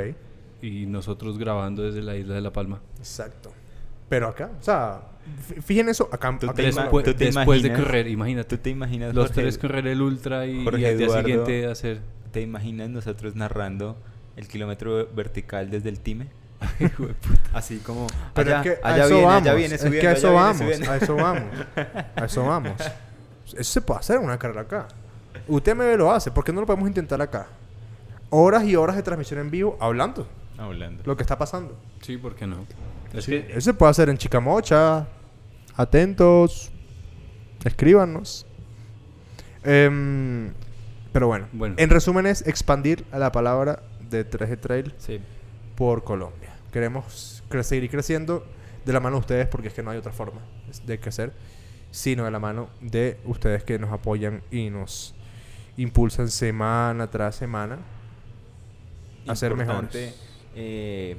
Speaker 3: Y nosotros grabando desde la isla de La Palma.
Speaker 1: Exacto. Pero acá, o sea, f- fíjense eso, acá, acá
Speaker 2: te
Speaker 1: no
Speaker 2: ima-
Speaker 1: lo-
Speaker 3: Después,
Speaker 2: ¿tú te
Speaker 3: después de
Speaker 2: imaginas?
Speaker 3: correr, imagínate.
Speaker 2: ¿Tú te imaginas,
Speaker 3: los
Speaker 2: Jorge,
Speaker 3: tres correr el ultra y, y
Speaker 2: Jorge
Speaker 3: al día
Speaker 2: Eduardo.
Speaker 3: siguiente hacer...
Speaker 2: ¿Te imaginas nosotros narrando el kilómetro vertical desde el time?
Speaker 3: Hijo de puta.
Speaker 2: Así como.
Speaker 1: Pero
Speaker 2: allá,
Speaker 1: es que a
Speaker 2: allá
Speaker 1: eso
Speaker 2: viene,
Speaker 1: vamos.
Speaker 2: allá viene
Speaker 1: es
Speaker 2: subiendo,
Speaker 1: que a
Speaker 2: allá
Speaker 1: eso
Speaker 2: viene
Speaker 1: vamos,
Speaker 2: subiendo.
Speaker 1: a eso vamos. A eso vamos. Eso se puede hacer en una carrera acá. UTMB lo hace, ¿por qué no lo podemos intentar acá? Horas y horas de transmisión en vivo hablando
Speaker 2: Ah, Hablando.
Speaker 1: lo que está pasando.
Speaker 3: Sí, ¿por qué no? Es que-
Speaker 1: Eso se puede hacer en Chicamocha. Atentos. Escríbanos. Em, pero bueno.
Speaker 3: Bueno.
Speaker 1: En resumen es expandir a la palabra de 3G Trail
Speaker 2: Sí.
Speaker 1: por Colombia. Queremos cre- seguir creciendo de la mano de ustedes porque es que no hay otra forma de crecer. sino de la mano de ustedes que nos apoyan y nos impulsan semana tras semana a ser
Speaker 2: Importante,
Speaker 1: mejores.
Speaker 2: eh,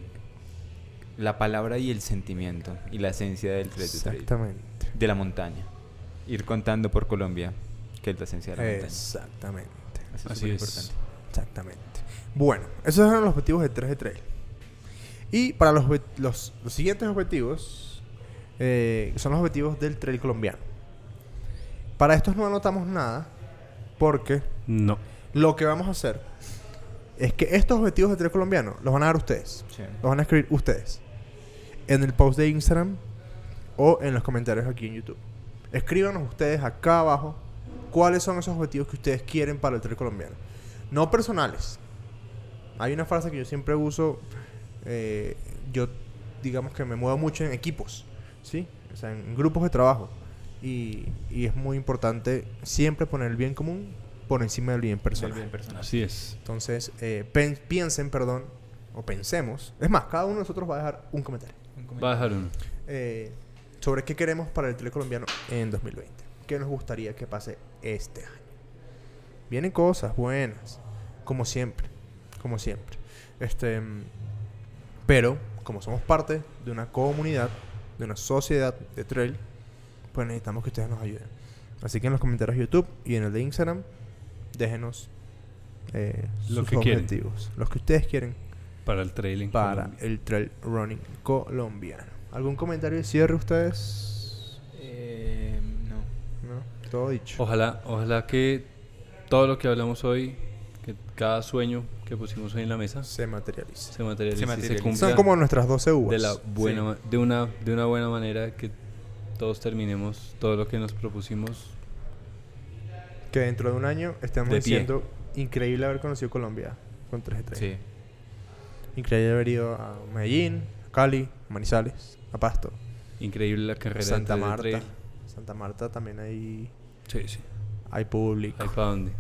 Speaker 2: la palabra y el sentimiento y la esencia del trade to trade.
Speaker 1: Exactamente.
Speaker 2: De la montaña. Ir contando por Colombia, que es la esencia de la
Speaker 1: Exactamente.
Speaker 2: montaña. Eso
Speaker 3: Así es.
Speaker 2: superimportante.
Speaker 1: Exactamente. Bueno, esos eran los objetivos de 3 de 3. Y para los, obje- los, los siguientes objetivos, eh, son los objetivos del trail colombiano. Para estos no anotamos nada, porque
Speaker 3: No.
Speaker 1: lo que vamos a hacer es que estos objetivos de trail colombiano los van a dar ustedes. Los van a escribir ustedes. En el post de Instagram o en los comentarios aquí en YouTube. Escríbanos ustedes acá abajo cuáles son esos objetivos que ustedes quieren para el trail colombiano. No personales. Hay una frase que yo siempre uso. eh, yo, digamos que me muevo mucho en equipos. ¿Sí? O sea, en grupos de trabajo. Y, y es muy importante siempre poner el bien común por encima del bien
Speaker 2: Del
Speaker 1: personal.
Speaker 2: bien personal.
Speaker 3: Así es.
Speaker 1: Entonces, eh, pen- piensen, perdón, o pensemos. Es más, cada uno de nosotros va a dejar un comentario
Speaker 2: Un comentario.
Speaker 3: Va a dejar uno.
Speaker 1: eh, sobre qué queremos para el tele colombiano en 2020. ¿Qué nos gustaría que pase este año? Vienen cosas buenas, como siempre, como siempre. Este, mm, pero como somos parte de una comunidad, de una sociedad de trail, pues necesitamos que ustedes nos ayuden. Así que en los comentarios de YouTube y en el de Instagram, déjenos eh,
Speaker 3: Lo
Speaker 1: sus
Speaker 3: que quieren.
Speaker 1: objetivos, los que ustedes quieren
Speaker 3: Para el trailing.
Speaker 1: para el trail running colombiano. ¿Algún comentario de cierre ustedes?
Speaker 2: Eh, no.
Speaker 1: No, todo dicho.
Speaker 3: Ojalá, ojalá que todo lo que hablamos hoy, que cada sueño que pusimos hoy en la mesa,
Speaker 1: Se materializa.
Speaker 3: se materialice,
Speaker 2: Se
Speaker 3: y
Speaker 2: materialice.
Speaker 3: se cumpla
Speaker 1: Son como nuestras 12 uvas.
Speaker 3: de la buena, ma- de una, de una buena manera que todos terminemos todo lo que nos propusimos.
Speaker 1: Que dentro de un año estamos
Speaker 2: De pie.
Speaker 1: diciendo increíble haber conocido Colombia con 3 de 3.
Speaker 2: Sí.
Speaker 1: Increíble haber ido a Medellín, a Cali, a Manizales, a Pasto,
Speaker 3: Increíble la carrera.
Speaker 1: Santa
Speaker 3: de
Speaker 1: Marta.
Speaker 3: trail.
Speaker 1: Santa Marta también hay,
Speaker 3: Sí, sí.
Speaker 1: hay público.
Speaker 3: Ahí para dónde.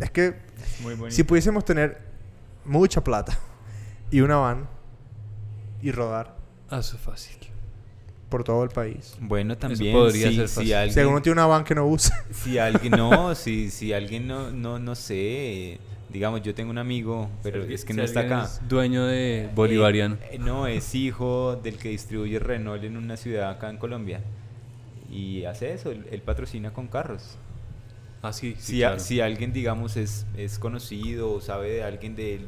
Speaker 1: Es que
Speaker 2: Es muy bonito.
Speaker 1: si pudiésemos tener mucha plata y una van y rodar
Speaker 3: Ah, Eso es fácil.
Speaker 1: por todo el país.
Speaker 2: Bueno, también
Speaker 3: podría
Speaker 2: si,
Speaker 3: ser
Speaker 2: si
Speaker 3: fácil.
Speaker 2: alguien,
Speaker 1: Si alguno tiene una van que no usa.
Speaker 2: si alguien no, si, si alguien no, no, no sé, digamos, yo tengo un amigo, pero es que
Speaker 3: Si
Speaker 2: no está
Speaker 3: alguien
Speaker 2: acá.
Speaker 3: es dueño de Bolivariano.
Speaker 2: Eh, eh, no, es hijo del que distribuye Renault en una ciudad acá en Colombia. Y hace eso, él, él patrocina con carros.
Speaker 3: ah, sí. sí,
Speaker 2: si, a-
Speaker 3: claro.
Speaker 2: si alguien, digamos, es, es conocido o sabe de alguien del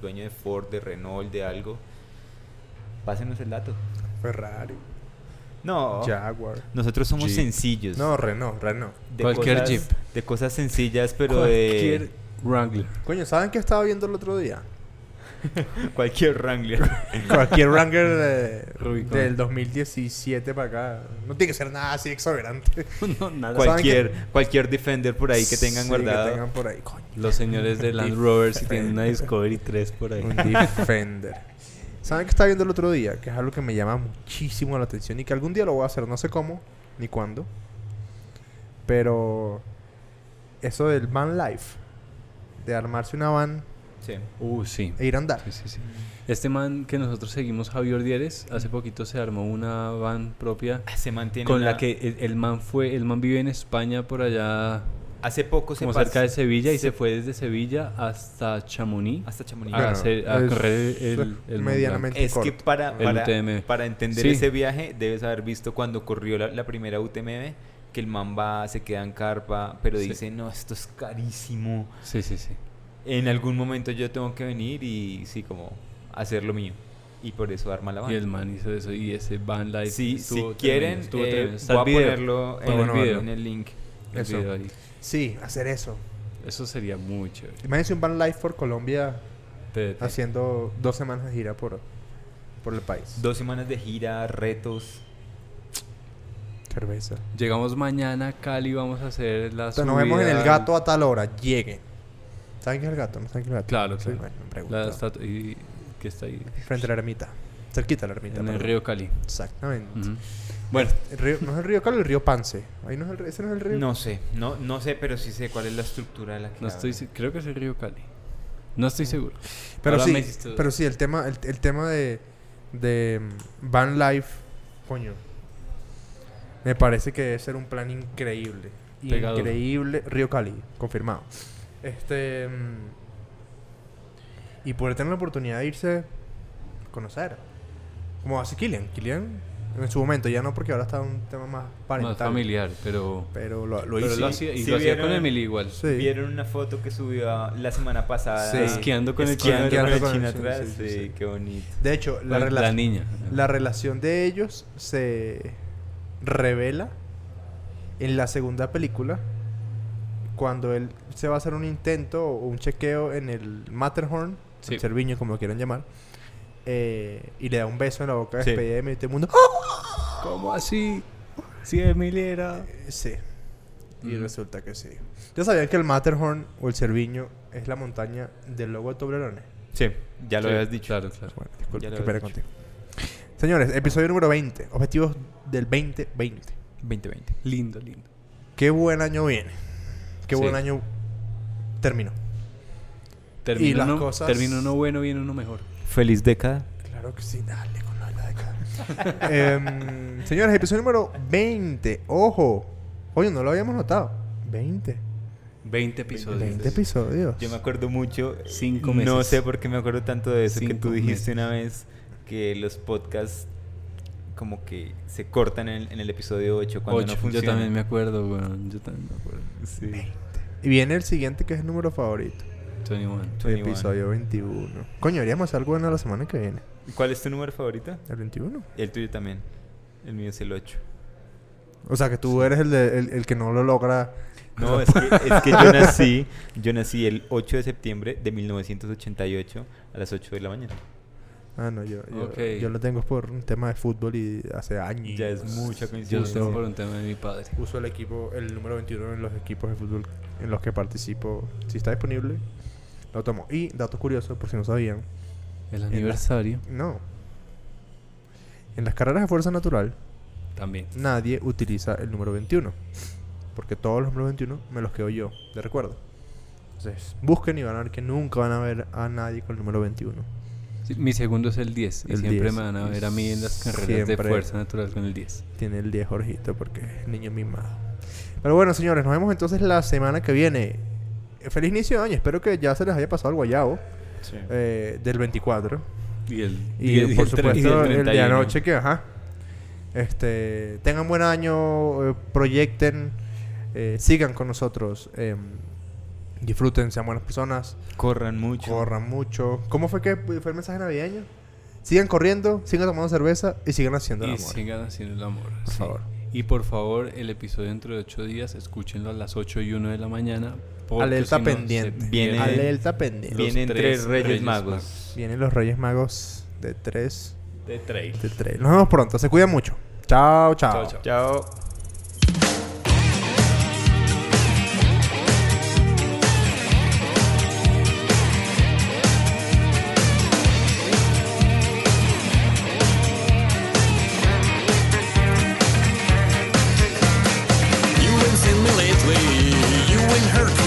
Speaker 2: dueño de Ford, de Renault, de algo, pásenos el dato.
Speaker 1: Ferrari,
Speaker 2: No,
Speaker 1: Jaguar.
Speaker 2: nosotros somos
Speaker 3: Jeep.
Speaker 2: sencillos.
Speaker 1: No, Renault, Renault.
Speaker 3: Cualquier
Speaker 2: cosas,
Speaker 3: Jeep.
Speaker 2: De cosas sencillas, pero
Speaker 3: Cualquier
Speaker 2: de...
Speaker 3: Wrangler.
Speaker 1: Coño, ¿saben qué estaba viendo el otro día?
Speaker 2: Cualquier Wrangler.
Speaker 1: Cualquier Ranger de-
Speaker 3: Rubicon.
Speaker 1: del 2017 para acá. No tiene que ser nada así exorbitante.
Speaker 3: no, nada.
Speaker 1: ¿Saben
Speaker 2: cualquier,
Speaker 1: qué?
Speaker 2: cualquier Defender por ahí que tengan
Speaker 1: Sí,
Speaker 2: guardado.
Speaker 1: Que tengan por ahí, coño.
Speaker 3: Los señores de Land Rover si tienen una Discovery 3 por ahí.
Speaker 1: Un Defender. ¿Saben qué estaba viendo el otro día? Que es algo que me llama muchísimo la atención y que algún día lo voy a hacer, no sé cómo ni cuándo. Pero eso del van life, de armarse una van
Speaker 2: Sí.
Speaker 3: Uh, sí.
Speaker 1: e ir a andar.
Speaker 3: Sí, sí, sí. Este man que nosotros seguimos, Javier Dieres,
Speaker 2: Mm.
Speaker 3: hace poquito se armó una van propia
Speaker 2: Ah, Se mantiene
Speaker 3: con la
Speaker 2: una-
Speaker 3: que el, el man fue, el man vive en España por allá,
Speaker 2: Hace poco Pues se
Speaker 3: como
Speaker 2: pas-
Speaker 3: cerca de Sevilla y
Speaker 2: se-
Speaker 3: se fue desde Sevilla hasta Chamonix.
Speaker 2: hasta Chamonix.
Speaker 3: a
Speaker 1: Bueno,
Speaker 3: hacer- a
Speaker 1: es-
Speaker 3: correr el- el Mont
Speaker 1: medianamente
Speaker 2: es que
Speaker 1: corto.
Speaker 2: para,
Speaker 3: El
Speaker 2: para,
Speaker 3: UTMB.
Speaker 2: para entender
Speaker 3: Sí.
Speaker 2: ese viaje debes haber visto cuando corrió la, la primera UTMB que el man va, se queda en carpa, pero
Speaker 3: Sí.
Speaker 2: dice, no, esto es carísimo.
Speaker 3: Sí, sí, sí.
Speaker 2: En algún momento yo tengo que venir y sí, como hacer lo mío. Y por eso arma la
Speaker 3: Y
Speaker 2: banda.
Speaker 3: el man hizo eso y ese van live.
Speaker 2: Sí,
Speaker 3: estuvo
Speaker 2: si quieren,
Speaker 3: tremendo, estuvo
Speaker 2: eh,
Speaker 3: tremendo. Está
Speaker 2: voy a
Speaker 3: el video,
Speaker 2: ponerlo en,
Speaker 3: pon el video.
Speaker 2: en el link.
Speaker 3: el
Speaker 1: Eso.
Speaker 3: video ahí.
Speaker 1: Sí, hacer eso.
Speaker 3: Eso sería muy chévere.
Speaker 1: Imagínense un van life por Colombia
Speaker 3: Te- te-
Speaker 1: haciendo dos semanas de gira por, por el país.
Speaker 2: Dos semanas de gira, retos.
Speaker 1: Cerveza.
Speaker 3: Llegamos mañana a Cali, vamos a hacer la
Speaker 1: Entonces, Pues nos vemos en
Speaker 3: subida
Speaker 1: el
Speaker 3: al-
Speaker 1: gato a tal hora. Lleguen. ¿Saben qué es el gato? ¿No saben qué es el gato?
Speaker 3: Claro,
Speaker 1: Sí,
Speaker 3: claro.
Speaker 1: bueno, me
Speaker 3: La
Speaker 1: pregunto.
Speaker 3: estatua y- que está ahí
Speaker 1: Frente a la ermita. Cerquita a la ermita.
Speaker 3: en el
Speaker 1: perdón.
Speaker 3: río Cali.
Speaker 1: Exactamente.
Speaker 3: Ujú. Bueno,
Speaker 1: El río- no es el río Cali, el río Pance. Ahí no es el río, ese no es el río.
Speaker 2: No sé, no, no sé, pero sí sé cuál es la estructura de la que
Speaker 3: no estoy,
Speaker 2: hablan.
Speaker 3: se- creo que es el río Cali. No estoy seguro.
Speaker 1: Pero
Speaker 3: Ahora me
Speaker 1: sí,
Speaker 3: hiciste-
Speaker 1: pero sí, el tema, el, el tema de, de mm, Van Life, coño. Me parece que debe ser un plan increíble.
Speaker 3: Pegado.
Speaker 1: Increíble. Río Cali, confirmado. Este. mm, Y poder tener la oportunidad de irse a conocer. Como hace Kilian. Kilian en su momento, ya no porque ahora está un tema más parental.
Speaker 3: Más familiar, pero...
Speaker 1: Pero lo, lo
Speaker 3: Pero
Speaker 1: hizo.
Speaker 3: lo hacía, y
Speaker 2: sí
Speaker 3: lo hacía
Speaker 2: vieron-
Speaker 3: con Emily igual.
Speaker 1: Sí.
Speaker 2: Vieron una foto que subió la semana pasada.
Speaker 1: Sí.
Speaker 3: Esquiando con el
Speaker 2: Esquiando
Speaker 1: chino.
Speaker 2: con el
Speaker 1: Esquiando
Speaker 2: chino
Speaker 1: con el
Speaker 2: atrás.
Speaker 1: chino, sí, sí,
Speaker 2: Sí,
Speaker 1: sí.
Speaker 2: qué bonito.
Speaker 1: De hecho, la,
Speaker 3: Bueno,
Speaker 1: relación-
Speaker 3: niña.
Speaker 1: La relación de ellos se revela en la segunda película cuando él se va a hacer un intento o un chequeo en el Matterhorn,
Speaker 3: Sí.
Speaker 1: el Cerviño, como lo quieran llamar, eh, y le da un beso en la boca de
Speaker 2: Sí.
Speaker 1: despedida de medio mundo.
Speaker 3: ¿Cómo así? Si Emily era...
Speaker 1: Eh, Sí. Y
Speaker 3: Ujú.
Speaker 1: resulta que sí. ¿Ya sabían que el Matterhorn o el Cerviño es la montaña del logo de Toblerone?
Speaker 2: Sí, ya lo
Speaker 3: Sí,
Speaker 2: habías dicho.
Speaker 3: Claro, claro.
Speaker 1: Bueno, disculpe,
Speaker 2: Ya lo
Speaker 1: qué pena
Speaker 2: habías dicho.
Speaker 1: contigo. Señores, episodio número 20. Objetivos del 2020.
Speaker 2: 2020.
Speaker 3: Lindo, lindo.
Speaker 1: Qué buen año viene. Qué
Speaker 3: Sí.
Speaker 1: buen año terminó.
Speaker 3: Termina,
Speaker 1: las
Speaker 3: uno,
Speaker 1: cosas-
Speaker 3: termina uno bueno, viene uno mejor.
Speaker 2: Feliz década.
Speaker 1: Claro que sí, dale con la década. Em, señores, episodio número 20. Ojo. Oye, no lo habíamos notado. 20.
Speaker 3: 20 episodios.
Speaker 1: 20 episodios.
Speaker 2: Yo me acuerdo mucho.
Speaker 4: Cinco
Speaker 2: No
Speaker 4: meses.
Speaker 2: sé por qué me acuerdo tanto de eso que
Speaker 3: Cinco
Speaker 2: tú dijiste
Speaker 3: meses.
Speaker 2: una vez que los podcasts como que se cortan en el, en el episodio 8 cuando
Speaker 3: Ocho.
Speaker 2: no
Speaker 3: Yo
Speaker 2: funciona.
Speaker 3: también me acuerdo, weón. Yo también me acuerdo.
Speaker 2: Sí.
Speaker 1: Y viene el siguiente que es el número favorito.
Speaker 3: 21.
Speaker 2: 21.
Speaker 1: Episodio 21. Coño, haríamos algo bueno la semana que viene.
Speaker 2: ¿Cuál es tu número favorito?
Speaker 1: El 21.
Speaker 2: El tuyo también. El mío es el 8.
Speaker 1: O sea, que tú eres el, de- el- el que no lo logra.
Speaker 2: No, es que, es que yo nací, yo nací el 8 de septiembre de 1988 a las 8 de la mañana.
Speaker 1: Ah, no, yo, yo,
Speaker 3: Ok.
Speaker 1: yo lo tengo por un tema de fútbol y hace años.
Speaker 2: Ya es mucha
Speaker 3: Yo lo
Speaker 2: coincidencia.
Speaker 3: tengo por un tema de mi padre.
Speaker 1: uso el equipo, el número 21 en los equipos de fútbol en los que participo. Si está disponible, lo tomo. Y datos curiosos, por si no sabían,
Speaker 3: El
Speaker 1: la-
Speaker 3: aniversario
Speaker 1: no. En las carreras de fuerza natural,
Speaker 3: también.
Speaker 1: nadie utiliza el número 21. Porque todos los números 21 me los quedo yo, de recuerdo. Entonces, busquen y van a ver que nunca van a ver a nadie con el número 21.
Speaker 3: Sí, mi segundo es el 10. Y
Speaker 1: El
Speaker 3: siempre
Speaker 1: 10.
Speaker 3: me van a ver a mí en las carreras de
Speaker 1: Siempre.
Speaker 3: fuerza natural con el 10.
Speaker 1: Tiene el 10 Jorgito porque es niño mimado. Pero bueno, señores, nos vemos entonces la semana que viene. Eh, Feliz inicio de año. Espero que ya se les haya pasado el guayabo
Speaker 2: Sí.
Speaker 1: eh, del 24.
Speaker 3: Y el,
Speaker 1: Y,
Speaker 3: el-
Speaker 1: por
Speaker 3: el
Speaker 1: supuesto,
Speaker 3: 30.
Speaker 1: el, de
Speaker 2: 31.
Speaker 1: anoche que, ajá. Este, tengan buen año, eh, proyecten, eh, sigan con nosotros, eh, disfruten, sean buenas personas,
Speaker 2: Corran mucho.
Speaker 1: corran mucho. ¿Cómo fue que fue el mensaje navideño? Sigan corriendo, sigan tomando cerveza y sigan haciendo el
Speaker 3: Y
Speaker 1: amor.
Speaker 3: sigan haciendo el amor.
Speaker 1: Por
Speaker 3: sí.
Speaker 1: favor.
Speaker 3: Y por favor, el episodio dentro de 8 días, escúchenlo a las 8 y 1 de la mañana. porque
Speaker 1: Alerta
Speaker 3: si no, se
Speaker 1: pendiente.
Speaker 2: viene-
Speaker 3: pierden
Speaker 1: Alerta pendiente.
Speaker 3: Los
Speaker 2: Vienen
Speaker 3: tres
Speaker 2: tres Reyes,
Speaker 3: Reyes
Speaker 2: Magos.
Speaker 1: Vienen los Reyes Magos de 3.
Speaker 3: de trail.
Speaker 1: De 3. Nos vemos pronto, se cuidan mucho. Chao, chao.
Speaker 3: Chao, chao.
Speaker 2: Chao.
Speaker 5: You ain't seen me lately. You ain't heard